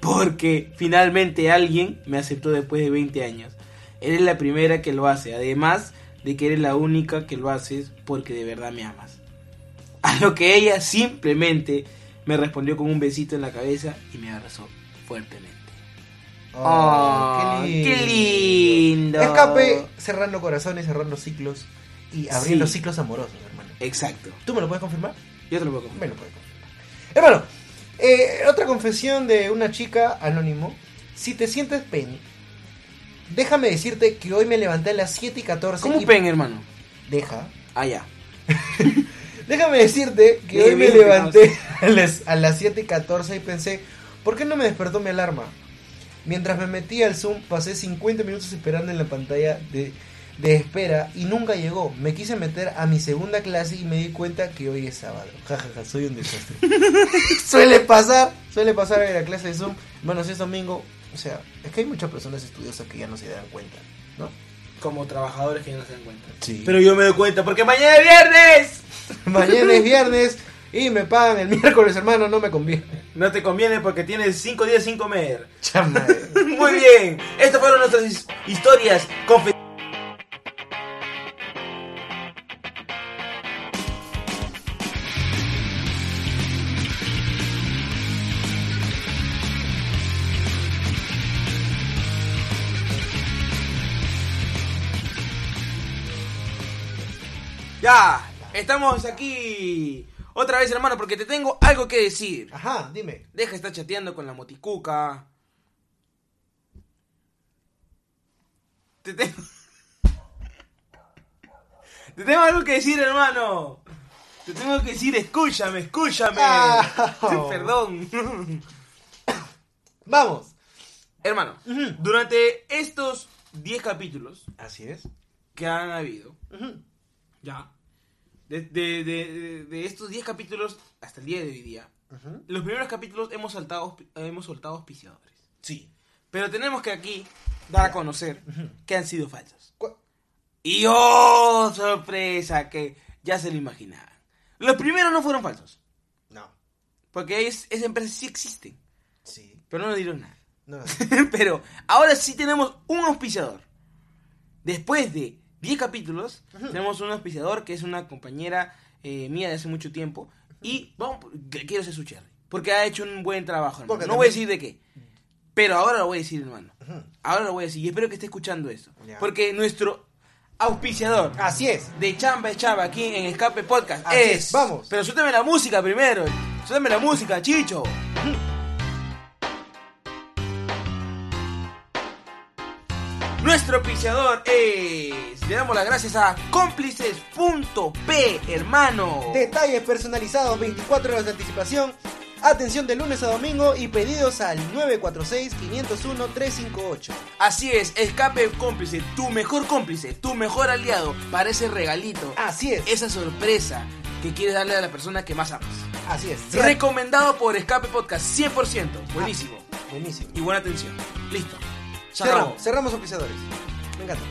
[SPEAKER 1] Porque finalmente alguien me aceptó después de 20 años. Eres la primera que lo hace, además de que eres la única que lo haces porque de verdad me amas. A lo que ella simplemente me respondió con un besito en la cabeza y me abrazó fuertemente. Oh, qué lindo.
[SPEAKER 3] Escape cerrando corazones, cerrando ciclos y abriendo
[SPEAKER 1] Sí.
[SPEAKER 3] ciclos amorosos, hermano.
[SPEAKER 1] Exacto.
[SPEAKER 3] ¿Tú me lo puedes confirmar?
[SPEAKER 1] Yo te lo puedo confirmar.
[SPEAKER 3] Me lo puedes confirmar. Hermano, eh, otra confesión de una chica anónimo. Si te sientes pen, déjame decirte que hoy me levanté a las 7 y 14.
[SPEAKER 1] ¿Cómo
[SPEAKER 3] y...
[SPEAKER 1] pen, hermano?
[SPEAKER 3] Deja.
[SPEAKER 1] Ah, ya.
[SPEAKER 3] Déjame decirte que
[SPEAKER 1] Bien,
[SPEAKER 3] hoy me
[SPEAKER 1] bien,
[SPEAKER 3] levanté a las, a las 7 y 14 y pensé, ¿por qué no me despertó mi alarma? Mientras me metí al Zoom, pasé 50 minutos esperando en la pantalla de, de espera y nunca llegó. Me quise meter a mi segunda clase y me di cuenta que hoy es sábado. Jajaja, soy un desastre. suele pasar, suele pasar en la clase de Zoom. Bueno, si es domingo, o sea, es que hay muchas personas estudiosas que ya no se dan cuenta, ¿no?
[SPEAKER 1] Como trabajadores que no se dan cuenta.
[SPEAKER 3] Sí.
[SPEAKER 1] Pero yo me doy cuenta porque mañana es viernes.
[SPEAKER 3] Mañana es viernes y me pagan el miércoles, hermano, no me conviene.
[SPEAKER 1] No te conviene porque tienes 5 días sin comer.
[SPEAKER 3] Chama.
[SPEAKER 1] Muy bien. Estas fueron nuestras his- historias. Confe- Ya, estamos aquí otra vez, hermano, porque te tengo algo que decir.
[SPEAKER 3] Ajá, dime.
[SPEAKER 1] Deja de estar chateando con la moticuca. Te tengo... Te tengo algo que decir, hermano. Te tengo que decir, escúchame, escúchame.
[SPEAKER 3] Ah.
[SPEAKER 1] Perdón.
[SPEAKER 3] Vamos.
[SPEAKER 1] hermano, durante estos 10 capítulos
[SPEAKER 3] Así es.
[SPEAKER 1] que han habido,
[SPEAKER 3] Ujú.
[SPEAKER 1] ya, de, de- de- de- de estos 10 capítulos hasta el día de hoy día, los primeros capítulos hemos saltado, hemos soltado auspiciadores.
[SPEAKER 3] Sí.
[SPEAKER 1] Pero tenemos que aquí dar a conocer que han sido falsos.
[SPEAKER 3] Cu-
[SPEAKER 1] Y oh, sorpresa, que ya se lo imaginaban. Los primeros no fueron falsos,
[SPEAKER 3] No.
[SPEAKER 1] porque es, esas empresas sí existen,
[SPEAKER 3] Sí.
[SPEAKER 1] pero no nos dieron nada.
[SPEAKER 3] No.
[SPEAKER 1] pero ahora sí tenemos un auspiciador. Después de 10 capítulos, tenemos un auspiciador que es una compañera eh, mía de hace mucho tiempo. Y vamos, que quiero ser su cherry, porque ha hecho un buen trabajo. hermano.
[SPEAKER 3] Porque
[SPEAKER 1] No voy a decir
[SPEAKER 3] también-
[SPEAKER 1] de qué, pero ahora lo voy a decir, hermano.
[SPEAKER 3] Ujú.
[SPEAKER 1] Ahora lo voy a decir y espero que esté escuchando esto.
[SPEAKER 3] Ya.
[SPEAKER 1] Porque nuestro auspiciador
[SPEAKER 3] Así es.
[SPEAKER 1] de Chamba es Chamba aquí en Escape Podcast
[SPEAKER 3] Así
[SPEAKER 1] es...
[SPEAKER 3] es, vamos.
[SPEAKER 1] Pero suéltame la música primero. Suéltame la música, Chicho. Nuestro piseador es. Le damos las gracias a cómplices.p, hermano.
[SPEAKER 3] Detalles personalizados 24 horas de anticipación. Atención de lunes a domingo y pedidos al 946-501-358.
[SPEAKER 1] Así es, escape cómplice, tu mejor cómplice, tu mejor aliado para ese regalito,
[SPEAKER 3] Así es,
[SPEAKER 1] esa sorpresa que quieres darle a la persona que más amas.
[SPEAKER 3] así es. Sí,
[SPEAKER 1] Recomendado por Escape Podcast, 100%. Buenísimo.
[SPEAKER 3] Buenísimo.
[SPEAKER 1] Y buena atención. Listo. Se
[SPEAKER 3] Ah.
[SPEAKER 1] acabó.
[SPEAKER 3] Cerramos, cerramos oficiadores. Me encanta.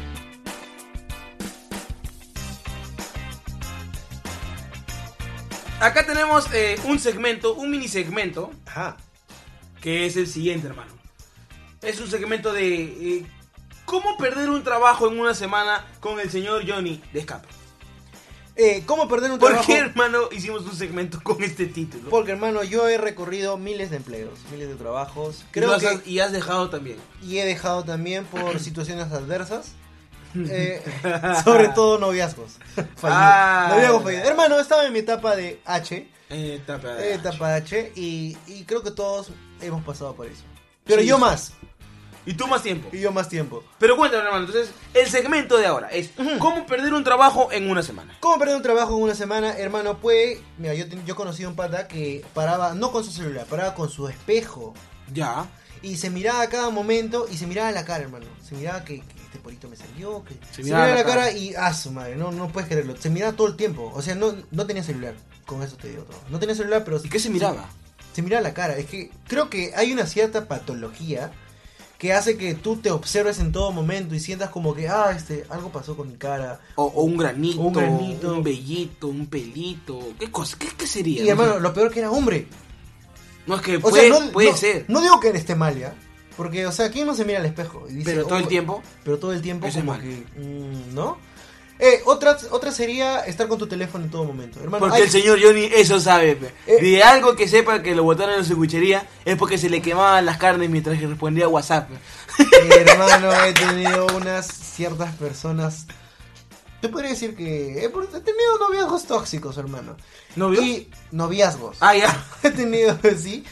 [SPEAKER 1] Acá tenemos eh, un segmento, un mini segmento,
[SPEAKER 3] Ajá.
[SPEAKER 1] que es el siguiente, hermano. Es un segmento de eh, cómo perder un trabajo en una semana con el señor Johnny de Escape.
[SPEAKER 3] Eh, ¿Cómo perder un
[SPEAKER 1] ¿Por
[SPEAKER 3] trabajo?
[SPEAKER 1] qué, hermano, hicimos un segmento con este título?
[SPEAKER 3] Porque hermano, yo he recorrido miles de empleos, miles de trabajos.
[SPEAKER 1] y,
[SPEAKER 3] Creo
[SPEAKER 1] lo has-
[SPEAKER 3] que
[SPEAKER 1] y has dejado también.
[SPEAKER 3] y he dejado también por situaciones adversas. eh, sobre todo noviazgos. Fallido.
[SPEAKER 1] Ah.
[SPEAKER 3] Noviazgo fallido. Hermano, estaba en mi etapa de H.
[SPEAKER 1] Eh, tapa.
[SPEAKER 3] eh, etapa de H. Y, y creo que todos hemos pasado por eso. Pero
[SPEAKER 1] Sí.
[SPEAKER 3] yo más.
[SPEAKER 1] Y tú más tiempo.
[SPEAKER 3] Y yo más tiempo.
[SPEAKER 1] Pero cuéntame, hermano. Entonces, el segmento de ahora es cómo perder un trabajo en una semana.
[SPEAKER 3] ¿Cómo perder un trabajo en una semana, hermano? Pues, mira, yo, te- yo conocí a un pata que paraba, no con su celular, paraba con su espejo.
[SPEAKER 1] Ya.
[SPEAKER 3] Y se miraba a cada momento y se miraba la cara, hermano. Se miraba que, que este polito me salió, que... Se miraba, la, cara. y... Ah, su madre, no, no puedes creerlo. Se miraba todo el tiempo. O sea, no, no tenía celular. Con eso te digo todo. No tenía celular, pero...
[SPEAKER 1] ¿Y qué se miraba?
[SPEAKER 3] Se miraba la cara. Es que creo que hay una cierta patología que hace que tú te observes en todo momento y sientas como que, ah, este, algo pasó con mi cara.
[SPEAKER 1] O, o un granito,
[SPEAKER 3] Un granito.
[SPEAKER 1] un vellito, un pelito. ¿Qué cosa? ¿Qué, qué sería?
[SPEAKER 3] Y
[SPEAKER 1] No
[SPEAKER 3] hermano,
[SPEAKER 1] sé.
[SPEAKER 3] lo peor que era hombre.
[SPEAKER 1] no es que
[SPEAKER 3] O
[SPEAKER 1] puede,
[SPEAKER 3] sea, no,
[SPEAKER 1] puede
[SPEAKER 3] no-
[SPEAKER 1] ser,
[SPEAKER 3] No digo que él esté mal, ¿ya? Porque, o sea, ¿quién no se mira al espejo? Y dice,
[SPEAKER 1] pero todo
[SPEAKER 3] "Oh,
[SPEAKER 1] el tiempo.
[SPEAKER 3] pero todo el tiempo
[SPEAKER 1] Ese
[SPEAKER 3] como
[SPEAKER 1] mal.
[SPEAKER 3] que mm, no Eh, otra otra sería estar con tu teléfono en todo momento hermano
[SPEAKER 1] Porque
[SPEAKER 3] ay,
[SPEAKER 1] el señor Johnny eso sabe. pe.
[SPEAKER 3] Eh.
[SPEAKER 1] de algo que sepa que lo botaron en su cuchería es porque se le quemaban las carnes mientras que respondía a WhatsApp. pe.
[SPEAKER 3] hermano he tenido unas ciertas personas te podría decir que eh, he, he tenido noviazgos tóxicos hermano
[SPEAKER 1] ¿Novios?
[SPEAKER 3] y noviazgos
[SPEAKER 1] Ah, ya.
[SPEAKER 3] he tenido sí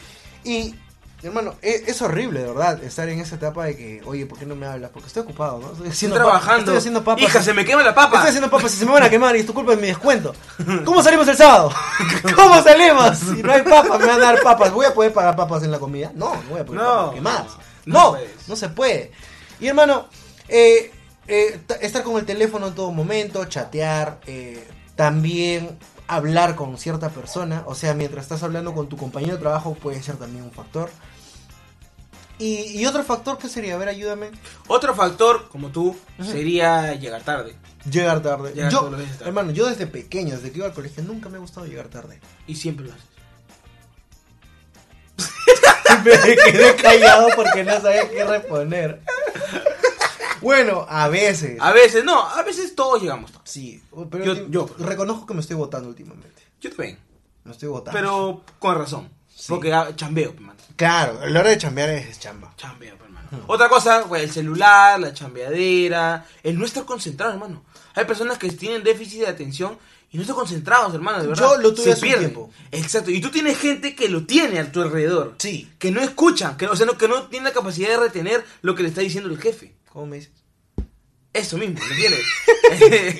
[SPEAKER 3] y hermano e- es, horrible de verdad estar en esa etapa de que oye por qué no me hablas porque estoy ocupado no estoy
[SPEAKER 1] Estoy
[SPEAKER 3] haciendo papa-
[SPEAKER 1] trabajando.
[SPEAKER 3] estoy haciendo papas
[SPEAKER 1] Hija, se me quema la papa.
[SPEAKER 3] Estoy haciendo papas y se me van a quemar y es tu culpa de mi descuento. ¿Cómo salimos el sábado? ¿Cómo salimos? Si no hay papas, me van a dar papas. ¿Voy a poder pagar papas en la comida? No, no voy a poder
[SPEAKER 1] No,
[SPEAKER 3] pagar quemadas.
[SPEAKER 1] no,
[SPEAKER 3] No,
[SPEAKER 1] no
[SPEAKER 3] no,
[SPEAKER 1] puedes.
[SPEAKER 3] se puede. Y hermano, eh, eh, ta- estar con el teléfono en todo momento, chatear, eh, también hablar con cierta persona. O sea, mientras estás hablando con tu compañero de trabajo puede ser también un factor. Y, y otro factor que sería, a ver, ayúdame.
[SPEAKER 1] Otro factor, como tú, sería llegar tarde.
[SPEAKER 3] Llegar tarde.
[SPEAKER 1] Llegar
[SPEAKER 3] yo,
[SPEAKER 1] todos los días tarde.
[SPEAKER 3] Hermano, yo desde pequeño, desde que iba al colegio, nunca me ha gustado llegar tarde.
[SPEAKER 1] Y siempre lo haces.
[SPEAKER 3] Siempre me quedé callado porque no sabía qué responder. Bueno, a veces.
[SPEAKER 1] A veces, no, a veces todos llegamos tarde.
[SPEAKER 3] Sí, pero
[SPEAKER 1] Yo-
[SPEAKER 3] yo,
[SPEAKER 1] yo-
[SPEAKER 3] reconozco que me estoy votando últimamente.
[SPEAKER 1] Yo también.
[SPEAKER 3] Me estoy votando.
[SPEAKER 1] Pero con razón. Porque ah, chambeo, hermano.
[SPEAKER 3] Claro, a la hora de chambear es chamba.
[SPEAKER 1] Chambeo, pe, hermano.
[SPEAKER 3] Hmm.
[SPEAKER 1] Otra cosa, pues, el celular, la chambeadera, el no estar concentrado, hermano. Hay personas que tienen déficit de atención y no están concentrados, hermano, de verdad.
[SPEAKER 3] Yo lo tuve
[SPEAKER 1] Se
[SPEAKER 3] hace un
[SPEAKER 1] pierden.
[SPEAKER 3] tiempo.
[SPEAKER 1] Exacto. Y tú tienes gente que lo tiene a tu alrededor.
[SPEAKER 3] Sí.
[SPEAKER 1] Que no escuchan, que, no- o sea, no, que no tiene la capacidad de retener lo que le está diciendo el jefe.
[SPEAKER 3] ¿Cómo me dices?
[SPEAKER 1] Eso mismo, ¿me entiendes?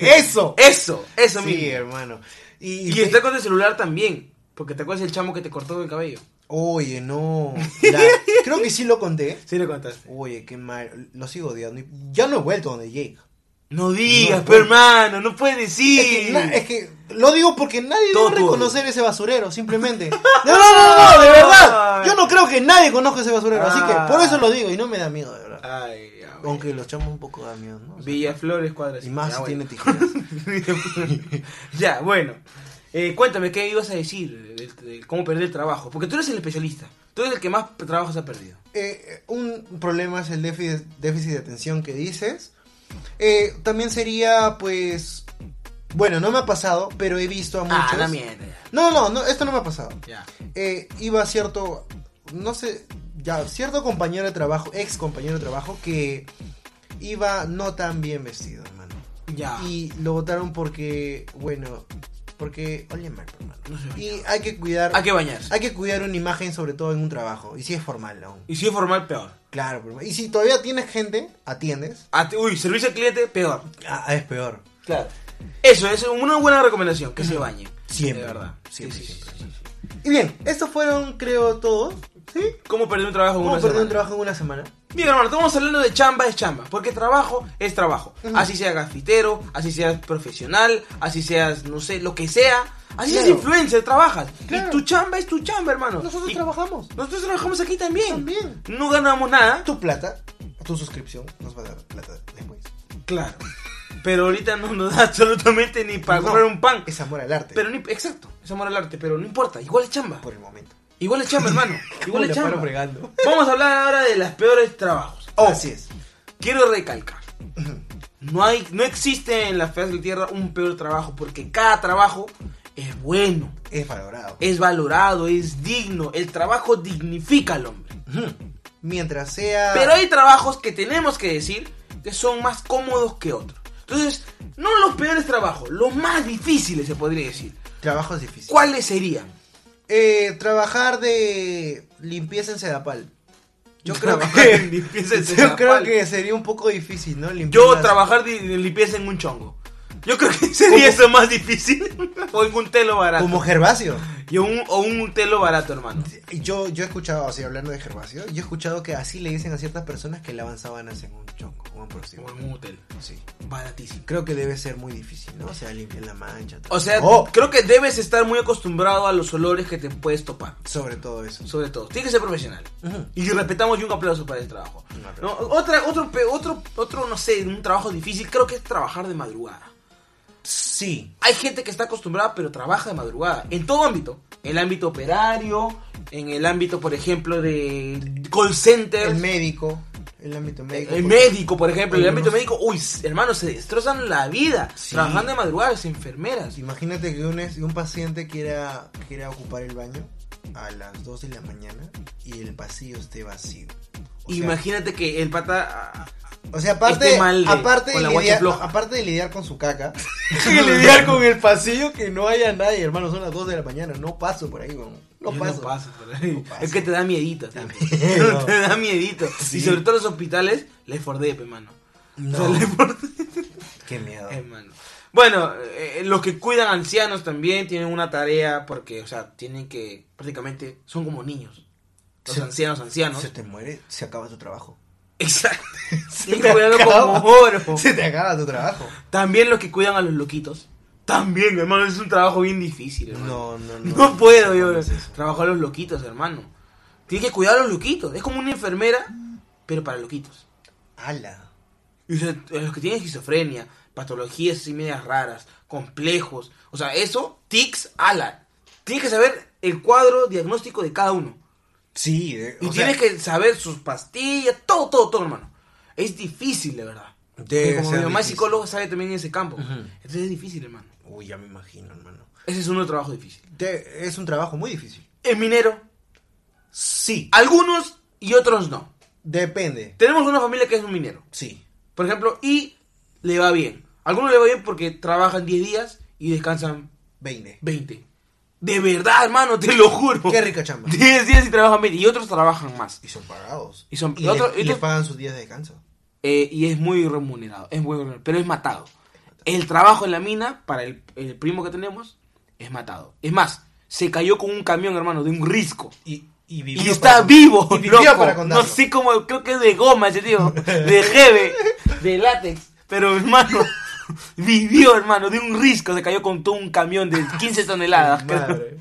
[SPEAKER 3] ¡Eso!
[SPEAKER 1] Eso, eso
[SPEAKER 3] sí,
[SPEAKER 1] mismo.
[SPEAKER 3] hermano. Y, pues-
[SPEAKER 1] Y estar con el celular también. Porque te acuerdas el chamo que te cortó el cabello.
[SPEAKER 3] Oye, no. La- Creo que sí lo conté.
[SPEAKER 1] Sí, le contaste.
[SPEAKER 3] Oye, qué mal. Lo sigo odiando. y Ya no he vuelto donde Jake.
[SPEAKER 1] No digas,
[SPEAKER 3] No,
[SPEAKER 1] pero hermano, no puedes decir.
[SPEAKER 3] Es que, na- es que lo digo porque nadie
[SPEAKER 1] Todo
[SPEAKER 3] debe
[SPEAKER 1] tuyo.
[SPEAKER 3] reconocer ese basurero, simplemente. No, no, no, no, de verdad. Yo no creo que nadie conozca ese basurero, así
[SPEAKER 1] Ah.
[SPEAKER 3] que por eso lo digo y no me da miedo, de verdad.
[SPEAKER 1] Ay, ya, güey.
[SPEAKER 3] Ah, Aunque los chamos un poco da miedo, ¿no? O sea,
[SPEAKER 1] Villaflores cuadras.
[SPEAKER 3] y más
[SPEAKER 1] Ya,
[SPEAKER 3] si tiene
[SPEAKER 1] bueno.
[SPEAKER 3] tijeras.
[SPEAKER 1] ya, bueno. Eh, cuéntame, ¿qué ibas a decir del- del cómo perder el trabajo? Porque tú eres el especialista. Tú eres el que más trabajos ha perdido.
[SPEAKER 3] Eh, un problema es el déficit, déficit de atención que dices. Eh, también sería, pues. Bueno, no me ha pasado, pero he visto a muchos.
[SPEAKER 1] Ah, la mierda. ya,
[SPEAKER 3] no, no, no, esto no me ha pasado.
[SPEAKER 1] Ya.
[SPEAKER 3] eh, iba cierto, no sé, ya, cierto compañero de trabajo, ex compañero de trabajo, que iba no tan bien vestido, hermano.
[SPEAKER 1] Ya.
[SPEAKER 3] Y lo votaron porque, bueno, Porque ole mal, hermano. Y hay que cuidar.
[SPEAKER 1] Hay que bañarse.
[SPEAKER 3] Hay que cuidar una imagen, sobre todo en un trabajo. Y si es formal aún.
[SPEAKER 1] Y si es formal, peor.
[SPEAKER 3] Claro, pero- y si todavía tienes gente, atiendes.
[SPEAKER 1] Ate- Uy, servicio al cliente, peor.
[SPEAKER 3] Ah, es peor.
[SPEAKER 1] Claro. Eso, eso es una buena recomendación, que se bañen.
[SPEAKER 3] Siempre.
[SPEAKER 1] De verdad.
[SPEAKER 3] Siempre,
[SPEAKER 1] Sí, sí, sí.
[SPEAKER 3] Y bien, estos fueron, creo, todos. ¿Sí?
[SPEAKER 1] ¿Cómo perder un trabajo en
[SPEAKER 3] ¿Cómo
[SPEAKER 1] una
[SPEAKER 3] perder un
[SPEAKER 1] semana?
[SPEAKER 3] trabajo en una semana?
[SPEAKER 1] Bien, hermano, estamos hablando de chamba es chamba, porque trabajo es trabajo. Así sea gafitero, así seas profesional, así seas, no sé, lo que sea. Así
[SPEAKER 3] Claro.
[SPEAKER 1] seas influencer, trabajas.
[SPEAKER 3] Claro.
[SPEAKER 1] Y tu chamba es tu chamba, hermano.
[SPEAKER 3] Nosotros
[SPEAKER 1] Y
[SPEAKER 3] trabajamos.
[SPEAKER 1] Nosotros trabajamos aquí también.
[SPEAKER 3] También.
[SPEAKER 1] No ganamos nada.
[SPEAKER 3] Tu plata, tu suscripción, nos va a dar plata después.
[SPEAKER 1] Claro. Pero ahorita no nos da absolutamente ni para
[SPEAKER 3] No.
[SPEAKER 1] comprar un pan.
[SPEAKER 3] Es amor al arte.
[SPEAKER 1] Pero ni, exacto, es amor al arte, pero no importa, igual es chamba.
[SPEAKER 3] por el momento.
[SPEAKER 1] Igual es chamba, hermano. Igual es
[SPEAKER 3] la paro
[SPEAKER 1] chamba.
[SPEAKER 3] fregando.
[SPEAKER 1] Vamos a hablar ahora de las peores trabajos.
[SPEAKER 3] Así es.
[SPEAKER 1] Quiero recalcar. No hay, no existe en la faz de la tierra un peor trabajo, porque cada trabajo es bueno,
[SPEAKER 3] Es valorado.
[SPEAKER 1] es valorado, es digno. El trabajo dignifica al hombre.
[SPEAKER 3] Mientras sea.
[SPEAKER 1] Pero hay trabajos que tenemos que decir que son más cómodos que otros. Entonces, no los peores trabajos, los más difíciles se podría decir.
[SPEAKER 3] Trabajos difíciles.
[SPEAKER 1] ¿Cuáles serían?
[SPEAKER 3] Eh, trabajar de limpieza en Sedapal. Yo creo
[SPEAKER 1] Trabajar
[SPEAKER 3] que.
[SPEAKER 1] en limpieza en
[SPEAKER 3] Yo
[SPEAKER 1] Sedapal.
[SPEAKER 3] creo que sería un poco difícil, ¿no? Limpiar
[SPEAKER 1] Yo
[SPEAKER 3] las-
[SPEAKER 1] trabajar de, de limpieza en un chongo. Yo creo que sería eso más difícil. o en un telo barato.
[SPEAKER 3] Como Gervasio.
[SPEAKER 1] Y un, o un telo barato, hermano.
[SPEAKER 3] Y Yo, yo he escuchado, así hablando de Gervasio, yo he escuchado que así le dicen a ciertas personas que lavan sábanas en un chonco o en
[SPEAKER 1] O
[SPEAKER 3] próximo.
[SPEAKER 1] en un hotel.
[SPEAKER 3] Sí.
[SPEAKER 1] Baratísimo.
[SPEAKER 3] Creo que debe ser muy difícil, ¿no? O sea, limpiar la mancha. todo.
[SPEAKER 1] O sea,
[SPEAKER 3] Oh,
[SPEAKER 1] creo que debes estar muy acostumbrado a los olores que te puedes topar.
[SPEAKER 3] sobre todo eso.
[SPEAKER 1] Sobre todo. Tienes que ser profesional.
[SPEAKER 3] Ujú.
[SPEAKER 1] Y respetamos y un aplauso para el trabajo.
[SPEAKER 3] Un aplauso.
[SPEAKER 1] No, otra, otro, pe- otro, otro, no sé, un trabajo difícil creo que es trabajar de madrugada.
[SPEAKER 3] Sí.
[SPEAKER 1] Hay gente que está acostumbrada pero trabaja de madrugada. En todo ámbito. En el ámbito operario, en el ámbito, por ejemplo, de call center. eh,
[SPEAKER 3] El médico, el ámbito médico.
[SPEAKER 1] El
[SPEAKER 3] porque-
[SPEAKER 1] médico, por ejemplo, el
[SPEAKER 3] Oye,
[SPEAKER 1] ámbito
[SPEAKER 3] no sé.
[SPEAKER 1] médico, uy, s- hermano, se destrozan la vida.
[SPEAKER 3] Sí.
[SPEAKER 1] Trabajando de madrugada, las enfermeras.
[SPEAKER 3] Imagínate que un, es- un paciente quiera, quiera ocupar el baño a las 2 de la mañana y el pasillo esté vacío. O sea,
[SPEAKER 1] Imagínate que el pata. ah,
[SPEAKER 3] o sea, aparte,
[SPEAKER 1] esté mal de-
[SPEAKER 3] aparte,
[SPEAKER 1] con
[SPEAKER 3] de
[SPEAKER 1] la guacha
[SPEAKER 3] lidiar,
[SPEAKER 1] floja.
[SPEAKER 3] aparte de lidiar con su caca, hay que lidiar con el pasillo que no haya nadie, hermano. Son las 2 de la mañana, no paso por ahí, weón. No
[SPEAKER 1] yo
[SPEAKER 3] paso.
[SPEAKER 1] no paso por ahí.
[SPEAKER 3] No paso.
[SPEAKER 1] Es que te da miedito.
[SPEAKER 3] Da
[SPEAKER 1] tío.
[SPEAKER 3] miedo.
[SPEAKER 1] te da miedito.
[SPEAKER 3] Sí.
[SPEAKER 1] Y sobre todo los hospitales, les fordé, pe, mano.
[SPEAKER 3] No.
[SPEAKER 1] O sea, les fordé,
[SPEAKER 3] Qué miedo.
[SPEAKER 1] hermano. Bueno, eh, los que cuidan ancianos también tienen una tarea porque, o sea, tienen que prácticamente son como niños. Los
[SPEAKER 3] Sí.
[SPEAKER 1] ancianos, ancianos.
[SPEAKER 3] Se te muere, se acaba tu trabajo.
[SPEAKER 1] Exacto. Tienen
[SPEAKER 3] te
[SPEAKER 1] que cuidarlo
[SPEAKER 3] acaba.
[SPEAKER 1] como oro.
[SPEAKER 3] Se te acaba tu trabajo.
[SPEAKER 1] También los que cuidan a los loquitos. También, hermano, es un trabajo bien difícil,
[SPEAKER 3] No,
[SPEAKER 1] hermano.
[SPEAKER 3] no, no.
[SPEAKER 1] No, puedo
[SPEAKER 3] no,
[SPEAKER 1] yo
[SPEAKER 3] no es eso.
[SPEAKER 1] trabajar a los loquitos, hermano. Tienes que cuidar a los loquitos. Es como una enfermera, pero para loquitos.
[SPEAKER 3] Ala.
[SPEAKER 1] Y o sea, a los que tienen esquizofrenia, patologías así medias raras, complejos. O sea, eso, tics, ala. Tienes que saber el cuadro diagnóstico de cada uno.
[SPEAKER 3] Sí, de-
[SPEAKER 1] Y
[SPEAKER 3] o sea,
[SPEAKER 1] tienes que saber sus pastillas, todo, todo, todo, hermano. Es difícil, de verdad.
[SPEAKER 3] Debe
[SPEAKER 1] Porque como
[SPEAKER 3] ser
[SPEAKER 1] mi mamá es
[SPEAKER 3] difícil.
[SPEAKER 1] psicóloga, sabe también en ese campo.
[SPEAKER 3] Ujú.
[SPEAKER 1] Entonces es difícil, hermano.
[SPEAKER 3] Uy, ya me imagino, hermano.
[SPEAKER 1] Ese es uno trabajo difícil.
[SPEAKER 3] Te- es un trabajo muy difícil.
[SPEAKER 1] El minero,
[SPEAKER 3] Sí.
[SPEAKER 1] Ah. algunos y otros no.
[SPEAKER 3] Depende.
[SPEAKER 1] Tenemos una familia que es un minero,
[SPEAKER 3] Sí.
[SPEAKER 1] por ejemplo, y le va bien. Algunos le va bien porque trabajan 10 días y descansan
[SPEAKER 3] 20.
[SPEAKER 1] 20. De verdad, hermano, te lo juro.
[SPEAKER 3] Qué rica chamba.
[SPEAKER 1] 10 días y trabajan 20. Y otros trabajan más.
[SPEAKER 3] Y son pagados.
[SPEAKER 1] Y son-
[SPEAKER 3] y,
[SPEAKER 1] y otro-
[SPEAKER 3] le, y
[SPEAKER 1] y
[SPEAKER 3] le
[SPEAKER 1] otro-
[SPEAKER 3] pagan sus días de descanso.
[SPEAKER 1] Eh, y es muy remunerado, es muy remunerado, pero es matado. El trabajo en la mina, para el, el primo que tenemos, es matado. Es más, se cayó con un camión, hermano, de un risco.
[SPEAKER 3] Y, y
[SPEAKER 1] Y,
[SPEAKER 3] vivió
[SPEAKER 1] está
[SPEAKER 3] para-
[SPEAKER 1] vivo,
[SPEAKER 3] y vivió
[SPEAKER 1] loco.
[SPEAKER 3] para contarlo.
[SPEAKER 1] No sé cómo, creo que es de goma ese tío, de jeve, de látex. Pero, hermano, vivió, hermano, de un risco. Se cayó con todo un camión de 15 toneladas. creo.
[SPEAKER 3] Madre.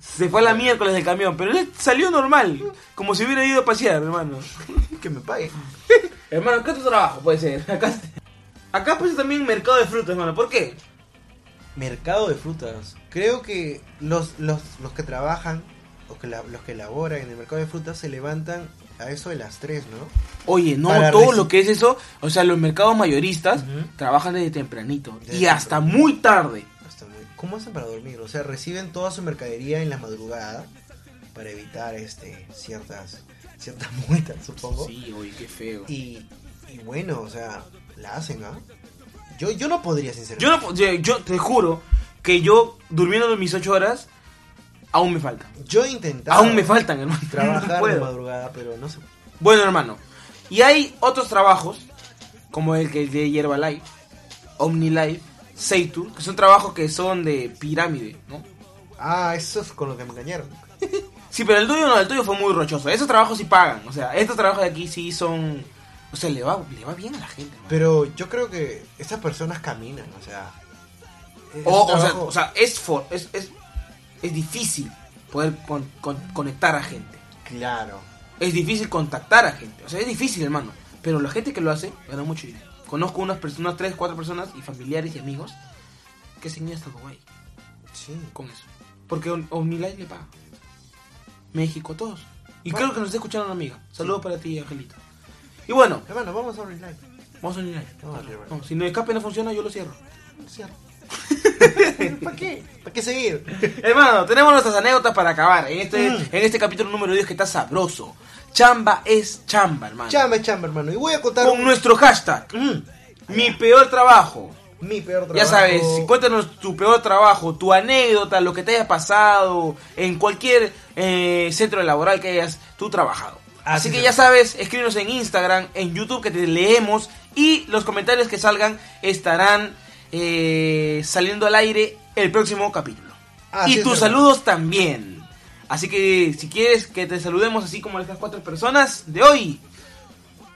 [SPEAKER 1] Se fue a la miércoles del camión, pero él salió normal, como si hubiera ido a pasear, hermano.
[SPEAKER 3] Que me paguen.
[SPEAKER 1] Hermano, acá tu trabajo puede ser. Acá, acá pues también mercado de frutas, hermano. ¿Por qué?
[SPEAKER 3] Mercado de frutas. Creo que los, los, los que trabajan o que la- los que laboran en el mercado de frutas se levantan a eso de las 3, ¿no?
[SPEAKER 1] Oye, no,
[SPEAKER 3] Para
[SPEAKER 1] todo
[SPEAKER 3] reci-
[SPEAKER 1] lo que es eso, o sea, los mercados mayoristas
[SPEAKER 3] Ujú.
[SPEAKER 1] trabajan desde tempranito
[SPEAKER 3] Desde
[SPEAKER 1] y hasta muy tarde.
[SPEAKER 3] Hasta muy- ¿Cómo hacen para dormir? O sea, reciben toda su mercadería en la madrugada para evitar este ciertas ciertas multas, supongo.
[SPEAKER 1] Sí, oye, qué feo.
[SPEAKER 3] Y, y bueno, o sea, la hacen, ¿ah? Yo, yo no podría, sinceramente.
[SPEAKER 1] Yo no, po- yo, yo te juro que yo, durmiendo mis 8 horas, aún me falta.
[SPEAKER 3] Yo intentaba
[SPEAKER 1] Aún me faltan, hermano. No
[SPEAKER 3] trabajar de
[SPEAKER 1] puedo.
[SPEAKER 3] madrugada, pero no se puede.
[SPEAKER 1] Bueno, hermano. Y hay otros trabajos, como el que de Yerbalife, OmniLife, Seitur, que son trabajos que son de pirámide, ¿no?
[SPEAKER 3] Ah, eso es con lo que me engañaron.
[SPEAKER 1] Sí, pero el tuyo no, el tuyo fue muy rochoso. Esos trabajos sí pagan. O sea, estos trabajos de aquí sí son. O sea, le va, le va bien a la gente. hermano.
[SPEAKER 3] Pero yo creo que esas personas caminan, o sea. es
[SPEAKER 1] Oh, O,
[SPEAKER 3] un
[SPEAKER 1] o sea,
[SPEAKER 3] trabajo-
[SPEAKER 1] o sea, es, for- es, es, es difícil poder con- con- conectar a gente.
[SPEAKER 3] claro.
[SPEAKER 1] Es difícil contactar a gente. O sea, es difícil, hermano. Pero la gente que lo hace gana mucho dinero. Conozco unas personas, tres, cuatro personas, y familiares y amigos, que se han ido hasta Dubái
[SPEAKER 3] Sí.
[SPEAKER 1] con eso. Porque Om- OmniLife le paga. México, todos. Y creo que nos está escuchando una amiga. Saludos para ti, Angelita. Y bueno,
[SPEAKER 3] Hermano, vamos a Online.
[SPEAKER 1] vamos a OmniLife.
[SPEAKER 3] Vamos a OmniLife.
[SPEAKER 1] No, si no escape no funciona, yo lo cierro.
[SPEAKER 3] Cierro. ¿Para qué? ¿Para qué seguir?
[SPEAKER 1] Hermano, tenemos nuestras anécdotas para acabar. En este, en este capítulo número 10 que está sabroso. Chamba es chamba, hermano.
[SPEAKER 3] Chamba, es chamba, hermano. Y voy a contar
[SPEAKER 1] Con
[SPEAKER 3] un-
[SPEAKER 1] nuestro hashtag.
[SPEAKER 3] Mm,
[SPEAKER 1] Mi peor trabajo.
[SPEAKER 3] mi peor trabajo.
[SPEAKER 1] Ya sabes, si cuéntanos tu peor trabajo, tu anécdota, lo que te haya pasado, en cualquier eh, centro laboral que hayas tú trabajado.
[SPEAKER 3] Así
[SPEAKER 1] Así, que
[SPEAKER 3] será.
[SPEAKER 1] ya sabes, escríbenos en Instagram, en YouTube que te leemos y los comentarios que salgan estarán eh, saliendo al aire el próximo capítulo.
[SPEAKER 3] Así
[SPEAKER 1] y
[SPEAKER 3] es,
[SPEAKER 1] tus
[SPEAKER 3] hermano.
[SPEAKER 1] saludos también. Así que si quieres que te saludemos así como estas cuatro personas de hoy,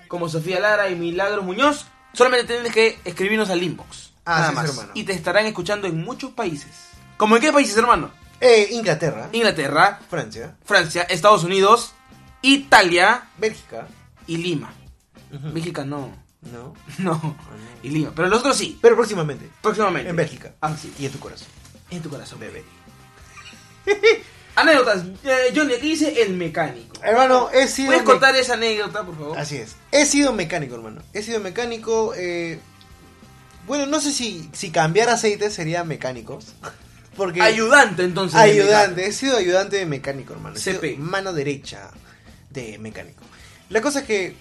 [SPEAKER 1] como Sofía Lara y Milagro Muñoz, solamente tienes que escribirnos al inbox.
[SPEAKER 3] Así
[SPEAKER 1] nada
[SPEAKER 3] es,
[SPEAKER 1] más.
[SPEAKER 3] Ah, hermano.
[SPEAKER 1] Y te estarán escuchando en muchos países. ¿Cómo en qué países, hermano?
[SPEAKER 3] Eh, Inglaterra,
[SPEAKER 1] Inglaterra,
[SPEAKER 3] Francia,
[SPEAKER 1] Francia, Estados Unidos, Italia
[SPEAKER 3] Bélgica.
[SPEAKER 1] y Lima. Bélgica no,
[SPEAKER 3] No.
[SPEAKER 1] Ah, no, y Lima. Pero los otros sí,
[SPEAKER 3] Pero próximamente.
[SPEAKER 1] próximamente.
[SPEAKER 3] En Bélgica.
[SPEAKER 1] Ah, sí.
[SPEAKER 3] Y en tu corazón.
[SPEAKER 1] En tu corazón,
[SPEAKER 3] Bebé.
[SPEAKER 1] Anécdotas. Eh, Johnny, aquí dice el mecánico.
[SPEAKER 3] Hermano, he sido.
[SPEAKER 1] ¿Puedes
[SPEAKER 3] me-
[SPEAKER 1] contar esa anécdota, por favor?
[SPEAKER 3] Eh, Así es. He sido mecánico, hermano. He sido mecánico. eh, Bueno, no sé si, si cambiar aceite sería mecánicos. Porque.
[SPEAKER 1] Ayudante, entonces. de
[SPEAKER 3] ayudante.
[SPEAKER 1] mecánico.
[SPEAKER 3] He sido ayudante de mecánico, hermano. He sido
[SPEAKER 1] CP.
[SPEAKER 3] mano derecha de mecánico. La cosa es que,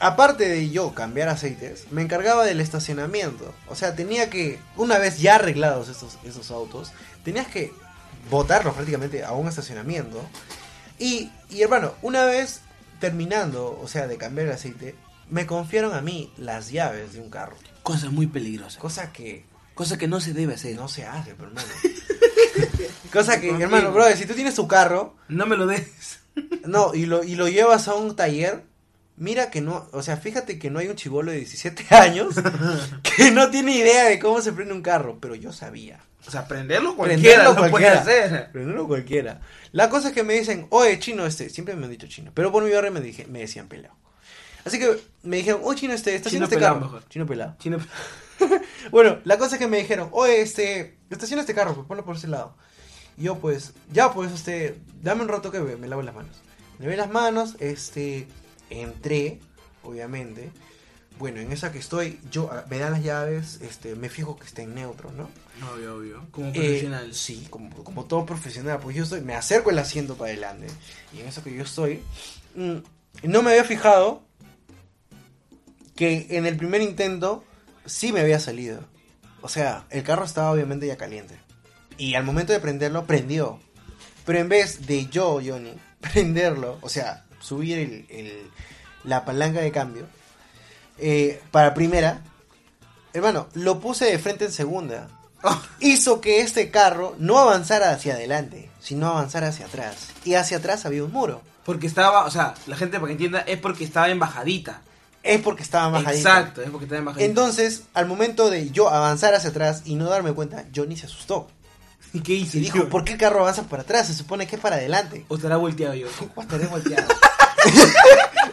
[SPEAKER 3] aparte de yo cambiar aceites, me encargaba del estacionamiento. O sea, tenía que, una vez ya arreglados esos, esos autos, tenías que botarlos prácticamente a un estacionamiento. Y, y hermano, una vez terminando, o sea, de cambiar el aceite, me confiaron a mí las llaves de un carro.
[SPEAKER 1] Cosa muy peligrosa.
[SPEAKER 3] Cosa que
[SPEAKER 1] Cosa que no se debe hacer.
[SPEAKER 3] no se hace, pero hermano. Cosa que,
[SPEAKER 1] Confirmo.
[SPEAKER 3] hermano, brother, si tú tienes tu carro,
[SPEAKER 1] No me lo des.
[SPEAKER 3] no, y lo, y lo llevas a un taller, mira que no, o sea, fíjate que no hay un chivolo de 17 años que no tiene idea de cómo se prende un carro, pero yo sabía.
[SPEAKER 1] O sea, prenderlo
[SPEAKER 3] cualquiera
[SPEAKER 1] lo
[SPEAKER 3] lo puede
[SPEAKER 1] puede hacer.
[SPEAKER 3] Pero no lo cualquiera. La cosa es que me dicen, oye, chino este, siempre me han dicho chino, pero por mi barrio me, dije, me decían pelado. Así que me dijeron, oh, chino este, está haciendo
[SPEAKER 1] Chino
[SPEAKER 3] este
[SPEAKER 1] pelado
[SPEAKER 3] carro.
[SPEAKER 1] mejor.
[SPEAKER 3] Chino pelado. Bueno, la cosa es que me dijeron, oye, este, estaciona este carro, pues ponlo por ese lado. Y yo, pues, ya, pues, este, dame un rato que me, me lavo las manos. Me lavé las manos, este, entré, obviamente. Bueno, en esa que estoy, yo, ah, me dan las llaves, este, me fijo que está en neutro, ¿no?
[SPEAKER 1] Obvio, obvio. Como
[SPEAKER 3] Eh, sí, como, como todo profesional, pues yo estoy, me acerco el asiento para adelante. Y en eso que yo estoy, mm, no me había fijado que en el primer intento sí me había salido. O sea, el carro estaba obviamente ya caliente. Y al momento de prenderlo, prendió. Pero en vez de yo, Johnny, prenderlo, o sea, subir el- el- la palanca de cambio eh, para primera, hermano, lo puse de frente en segunda
[SPEAKER 1] Oh,
[SPEAKER 3] hizo que este carro no avanzara hacia adelante, sino avanzara hacia atrás. Y hacia atrás había un muro.
[SPEAKER 1] Porque estaba, o sea, la gente para que entienda, es porque estaba en bajadita.
[SPEAKER 3] Es porque estaba bajadito.
[SPEAKER 1] Exacto, es porque estaba en bajadita.
[SPEAKER 3] Entonces, al momento de yo avanzar hacia atrás y no darme cuenta, Johnny se asustó.
[SPEAKER 1] ¿Y qué hice?
[SPEAKER 3] Y dijo, ¿por qué el carro avanza para atrás? Se supone que es para adelante.
[SPEAKER 1] O estará volteado yo.
[SPEAKER 3] O Pues, estaré volteado.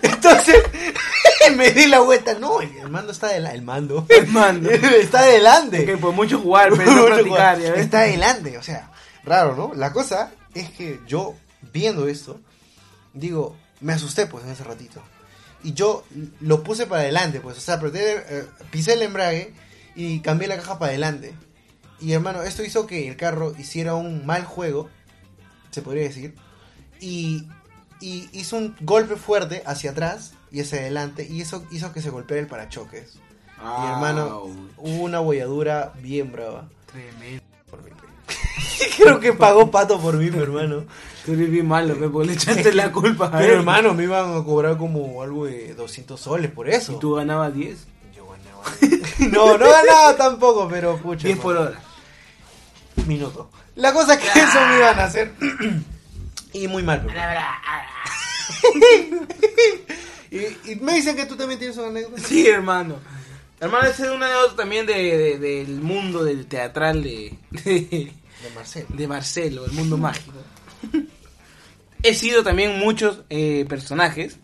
[SPEAKER 3] Entonces, me di la vuelta. No, el mando está adelante. El mando.
[SPEAKER 1] Mando.
[SPEAKER 3] está adelante.
[SPEAKER 1] Que por pues mucho jugar, pero no practicar, ya ves.
[SPEAKER 3] Está adelante, o sea, raro, ¿no? La cosa es que yo, viendo esto, digo, me asusté pues en ese ratito. Y yo lo puse para adelante, pues, o sea, apreté, eh, pisé el embrague y cambié la caja para adelante. Y hermano, esto hizo que el carro hiciera un mal juego, se podría decir, y, y hizo un golpe fuerte hacia atrás y hacia adelante, y eso hizo que se golpeara el parachoques.
[SPEAKER 1] Ah,
[SPEAKER 3] hermano,
[SPEAKER 1] uy,
[SPEAKER 3] Hubo una bolladura bien brava.
[SPEAKER 1] Tremendo.
[SPEAKER 3] Por mi pena. Creo que pagó pato por mí, mi hermano.
[SPEAKER 6] Tú eres bien malo, pe, porque le echaste la culpa a
[SPEAKER 3] Pero
[SPEAKER 6] él.
[SPEAKER 3] hermano, me iban a cobrar como algo de 200 soles por eso.
[SPEAKER 6] Y tú ganabas 10.
[SPEAKER 3] Yo ganaba. no, no ganaba tampoco, pero pucha.
[SPEAKER 6] 10 por
[SPEAKER 3] hermano.
[SPEAKER 6] hora.
[SPEAKER 3] minuto. La cosa es que eso me iban a hacer. y muy mal. pero-
[SPEAKER 1] ah,
[SPEAKER 3] y, y me dicen que tú también tienes una anécdota.
[SPEAKER 6] Sí, hermano.
[SPEAKER 1] Hermano, ese es una anécdota también de, de- del mundo del teatral de, de,
[SPEAKER 3] De Marcelo.
[SPEAKER 1] de Marcelo, el mundo mágico. He sido también muchos eh, personajes,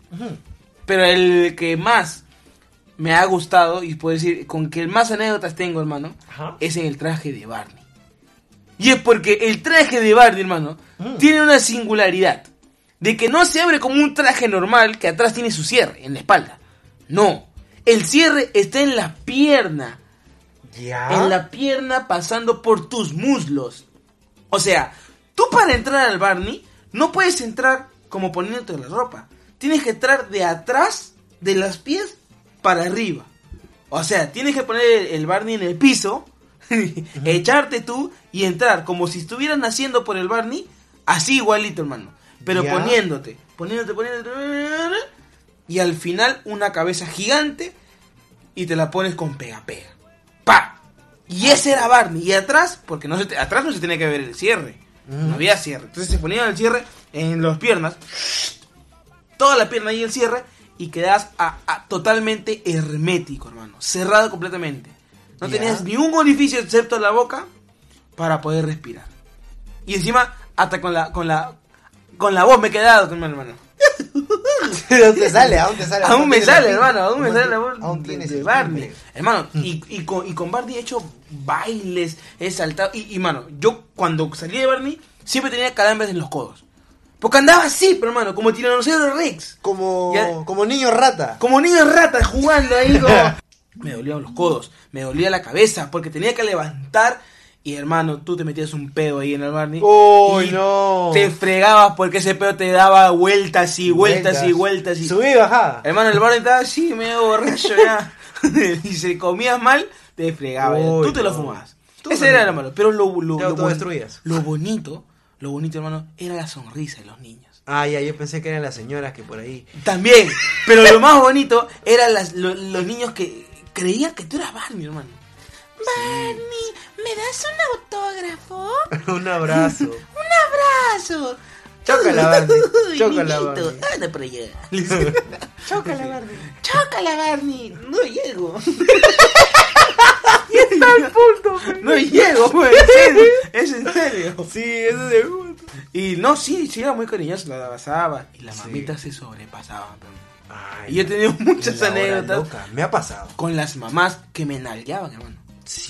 [SPEAKER 1] pero el que más me ha gustado, y puedo decir, con que más anécdotas tengo, hermano,
[SPEAKER 3] Ajá.
[SPEAKER 1] es en el traje de Barney. Y es porque el traje de Barney, hermano, tiene una singularidad. De que no se abre como un traje normal que atrás tiene su cierre, en la espalda. No, el cierre está en la pierna.
[SPEAKER 3] Ya.
[SPEAKER 1] En la pierna pasando por tus muslos. O sea, tú para entrar al Barney no puedes entrar como poniéndote la ropa. Tienes que entrar de atrás de los pies para arriba. O sea, tienes que poner el- el Barney en el piso, echarte tú y entrar como si estuvieras naciendo por el Barney, así igualito, hermano. Pero
[SPEAKER 3] Ya.
[SPEAKER 1] poniéndote, poniéndote, poniéndote. Y al final una cabeza gigante y te la pones con pega pega. ¡Pa! Y ese era Barney. Y atrás, porque no se te- atrás no se tenía que ver el cierre. No había cierre. Entonces se ponían el cierre en las piernas. Toda la pierna y el cierre. Y quedabas a- a- totalmente hermético, hermano. Cerrado completamente. No
[SPEAKER 3] Ya.
[SPEAKER 1] tenías ni un orificio excepto la boca para poder respirar. Y encima, hasta con la, con la, con la voz me he quedado, hermano.
[SPEAKER 3] ¿De dónde sale? ¿A dónde sale?
[SPEAKER 1] Aún me
[SPEAKER 3] tiene la
[SPEAKER 1] sale,
[SPEAKER 3] pinta.
[SPEAKER 1] hermano, aún me sale la voz
[SPEAKER 3] ti- Aún
[SPEAKER 1] de-
[SPEAKER 3] tienes
[SPEAKER 1] de
[SPEAKER 3] el
[SPEAKER 1] Barney.
[SPEAKER 3] timbre.
[SPEAKER 1] Hermano, y, y con, y con Barney he hecho bailes, he saltado. Y, y, mano, yo cuando salí de Barney siempre tenía calambres en los codos. Porque andaba así, pero, hermano, como Tiranosaurio Rex.
[SPEAKER 3] Como,
[SPEAKER 1] Ya.
[SPEAKER 3] como niño rata.
[SPEAKER 1] Como niño rata jugando ahí. como- Me dolían los codos, me dolía la cabeza, porque tenía que levantar. Y hermano, tú te metías un pedo ahí en el Barney.
[SPEAKER 3] Uy,
[SPEAKER 1] y
[SPEAKER 3] no.
[SPEAKER 1] Te fregabas porque ese pedo te daba vueltas y vueltas, y vueltas y
[SPEAKER 3] Subí y bajada.
[SPEAKER 1] Hermano, el Barney estaba así, medio borracho ya. y si comías mal, te fregaba. ya.
[SPEAKER 3] Uy,
[SPEAKER 1] Tú te lo
[SPEAKER 3] no.
[SPEAKER 1] fumabas.
[SPEAKER 3] Tú
[SPEAKER 1] Ese
[SPEAKER 3] no.
[SPEAKER 1] era el malo. Pero lo, lo,
[SPEAKER 3] Te
[SPEAKER 1] lo,
[SPEAKER 3] autodestruías.
[SPEAKER 1] lo bonito, lo bonito, hermano, era la sonrisa de los niños.
[SPEAKER 3] Ah, ya, yo pensé que eran las señoras que por ahí.
[SPEAKER 1] También. Pero lo más bonito eran las- lo- los niños que creían que tú eras Barney, hermano. Barney, ¿me das un autógrafo?
[SPEAKER 3] Un abrazo.
[SPEAKER 1] ¡Abrazo!
[SPEAKER 3] Chócala, Barney.
[SPEAKER 1] Uy,
[SPEAKER 3] Chócala,
[SPEAKER 1] niñito, Ah,
[SPEAKER 3] Barney.
[SPEAKER 1] anda por allá. Chócala, Barney. Chócala, Barney. No llego. No llego, güey. en serio, Es en serio.
[SPEAKER 3] Sí, eso de
[SPEAKER 1] Y no, sí, sí, era muy cariñoso, la abrazaba. Y la mamita se sobrepasaba. pero-
[SPEAKER 3] Ay,
[SPEAKER 1] Y yo he tenido muchas
[SPEAKER 3] la hora
[SPEAKER 1] anécdotas
[SPEAKER 3] loca. Me ha pasado.
[SPEAKER 1] con las mamás que me nalgueaban, hermano.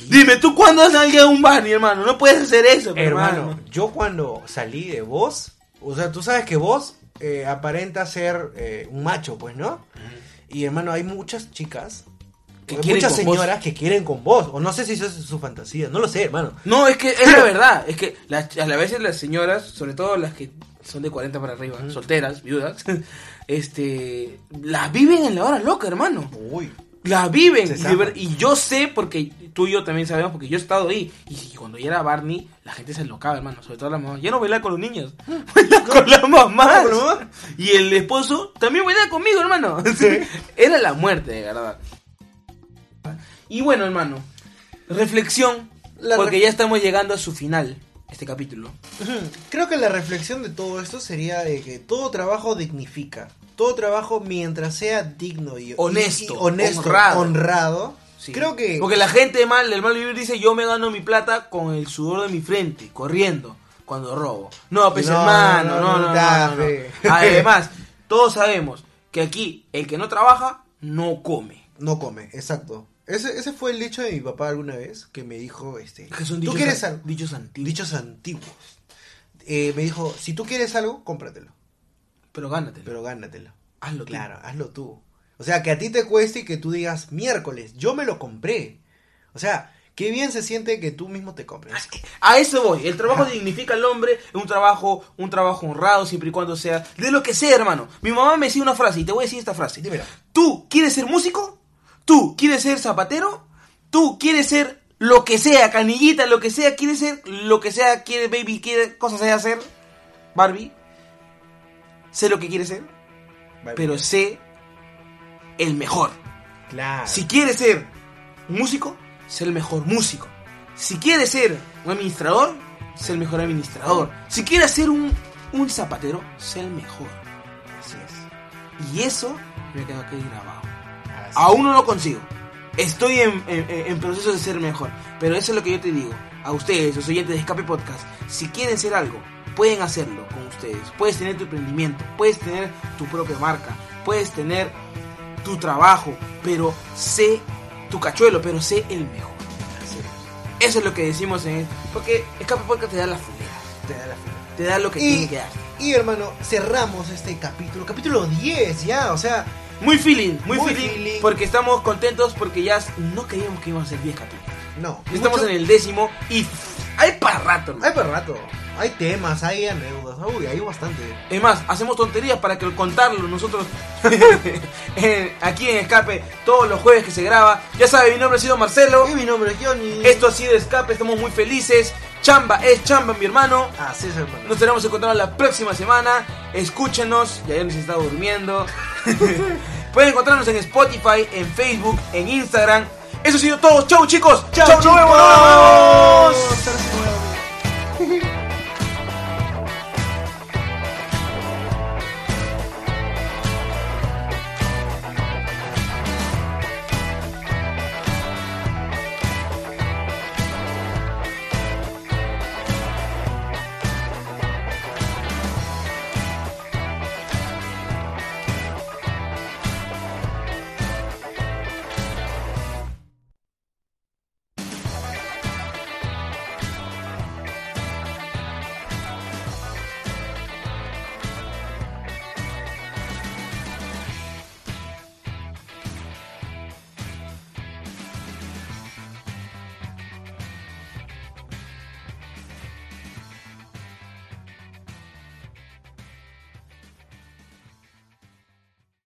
[SPEAKER 1] Dime, ¿tú cuándo has nalgueado un Barney, hermano? No puedes hacer eso, mi hermano.
[SPEAKER 3] Hermano, yo cuando salí de vos, o sea, tú sabes que vos eh, aparenta ser eh, un macho, pues, ¿no? Y hermano, hay muchas chicas,
[SPEAKER 1] Que
[SPEAKER 3] hay
[SPEAKER 1] quieren
[SPEAKER 3] muchas
[SPEAKER 1] con vos.
[SPEAKER 3] señoras que quieren con vos, o no sé si eso es su fantasía, no lo sé, hermano.
[SPEAKER 1] No, es que es la verdad. Es que las, a la veces las señoras, sobre todo las que son de 40 para arriba, solteras, viudas, este, las viven en la hora loca, hermano.
[SPEAKER 3] Uy,
[SPEAKER 1] La viven.
[SPEAKER 3] Se
[SPEAKER 1] Y, de
[SPEAKER 3] zafan.
[SPEAKER 1] ver- y yo sé, porque tú y yo también sabemos, porque yo he estado ahí. Y si- cuando yo era Barney, la gente se enlocaba, hermano. Sobre todo la mamá. Ya no bailaba con los niños. Bailaba con la mamá. Y el esposo también bailaba conmigo, hermano. era la muerte, de verdad. Y bueno, hermano. Reflexión.
[SPEAKER 3] La
[SPEAKER 1] porque
[SPEAKER 3] ref-
[SPEAKER 1] ya estamos llegando a su final. Este capítulo.
[SPEAKER 3] Creo que la reflexión de todo esto sería de que todo trabajo dignifica. Todo trabajo mientras sea digno y
[SPEAKER 1] Honesto,
[SPEAKER 3] y- y honesto, honrado.
[SPEAKER 1] honrado. Sí.
[SPEAKER 3] Creo que
[SPEAKER 1] Porque la gente de mal, del mal vivir dice: Yo me gano mi plata con el sudor de mi frente, corriendo, cuando robo. No, pues
[SPEAKER 3] No,
[SPEAKER 1] hermano,
[SPEAKER 3] no,
[SPEAKER 1] no,
[SPEAKER 3] no,
[SPEAKER 1] no. no,
[SPEAKER 3] ya,
[SPEAKER 1] no, no.
[SPEAKER 3] fe.
[SPEAKER 1] Además, todos sabemos que aquí el que no trabaja no come.
[SPEAKER 3] no come, exacto. Ese, ese fue el dicho de mi papá alguna vez que me dijo este,
[SPEAKER 1] Que son
[SPEAKER 3] ¿tú
[SPEAKER 1] dichos
[SPEAKER 3] quieres
[SPEAKER 1] an-
[SPEAKER 3] algo?
[SPEAKER 1] dichos antiguos.
[SPEAKER 3] dichos antiguos. Eh, me dijo, si tú quieres algo, cómpratelo,
[SPEAKER 1] Pero gánate.
[SPEAKER 3] pero gánatelo.
[SPEAKER 1] hazlo tú.
[SPEAKER 3] Claro, hazlo tú. O sea, que a ti te cueste y que tú digas, miércoles, yo me lo compré. O sea, qué bien se siente que tú mismo te
[SPEAKER 1] Ah,
[SPEAKER 3] compres.
[SPEAKER 1] A eso voy. El trabajo dignifica al hombre. Es un trabajo, un trabajo honrado, siempre y cuando sea. De lo que sea, hermano. Mi mamá me decía una frase y te voy a decir esta frase.
[SPEAKER 3] Dímela.
[SPEAKER 1] ¿Tú quieres ser músico? ¿Tú quieres ser zapatero? ¿Tú quieres ser lo que sea, canillita, lo que sea, quiere ser, lo que sea, quiere baby, quiere cosas sea hacer, Barbie. Sé lo que quiere ser, pero sé el mejor.
[SPEAKER 3] Claro.
[SPEAKER 1] Si quieres ser un músico, sé el mejor músico. Si quieres ser un administrador, sé el mejor administrador. Si quieres ser un, un zapatero, sé el mejor.
[SPEAKER 3] Así es.
[SPEAKER 1] Y eso me quedó aquí grabado.
[SPEAKER 3] Así
[SPEAKER 1] Aún no lo consigo. Estoy en, en- en proceso de ser mejor. Pero eso es lo que yo te digo. A ustedes, los oyentes de Escape Podcast, si quieren ser algo, pueden hacerlo con ustedes. Puedes tener tu emprendimiento, puedes tener tu propia marca, puedes tener tu trabajo, pero sé tu cachuelo, pero sé el mejor.
[SPEAKER 3] Así es.
[SPEAKER 1] Eso es lo que decimos en Porque Escape Podcast te da las fuleras,
[SPEAKER 3] Te da la fe.
[SPEAKER 1] te da lo que
[SPEAKER 3] Y-
[SPEAKER 1] tiene que dar.
[SPEAKER 3] Y hermano, cerramos este capítulo. Capítulo 10 ya, o sea,
[SPEAKER 1] Muy feeling, muy,
[SPEAKER 3] Muy
[SPEAKER 1] feeling,
[SPEAKER 3] feeling.
[SPEAKER 1] porque estamos contentos porque ya no creíamos que íbamos a ser 10 capítulos.
[SPEAKER 3] no.
[SPEAKER 1] Estamos
[SPEAKER 3] Mucho-
[SPEAKER 1] en el décimo y hay para rato. hermano.
[SPEAKER 3] Hay para rato. Hay temas, hay anécdotas. Uy, hay bastante.
[SPEAKER 1] Es más, hacemos tonterías para que contarlo nosotros en- aquí en Escape todos los jueves que se graba. Ya sabe, mi nombre ha sido Marcelo.
[SPEAKER 3] Y mi nombre es Johnny.
[SPEAKER 1] Esto ha sido Escape, estamos muy felices. Chamba es chamba, mi hermano.
[SPEAKER 3] Así es, hermano.
[SPEAKER 1] Nos estaremos encontrando la próxima semana. Escúchenos, ya Johnny se está durmiendo. Pueden encontrarnos en Spotify, en Facebook, en Instagram. Eso ha sido todo. Chau, chicos. Chau, nos vemos.
[SPEAKER 3] chicos.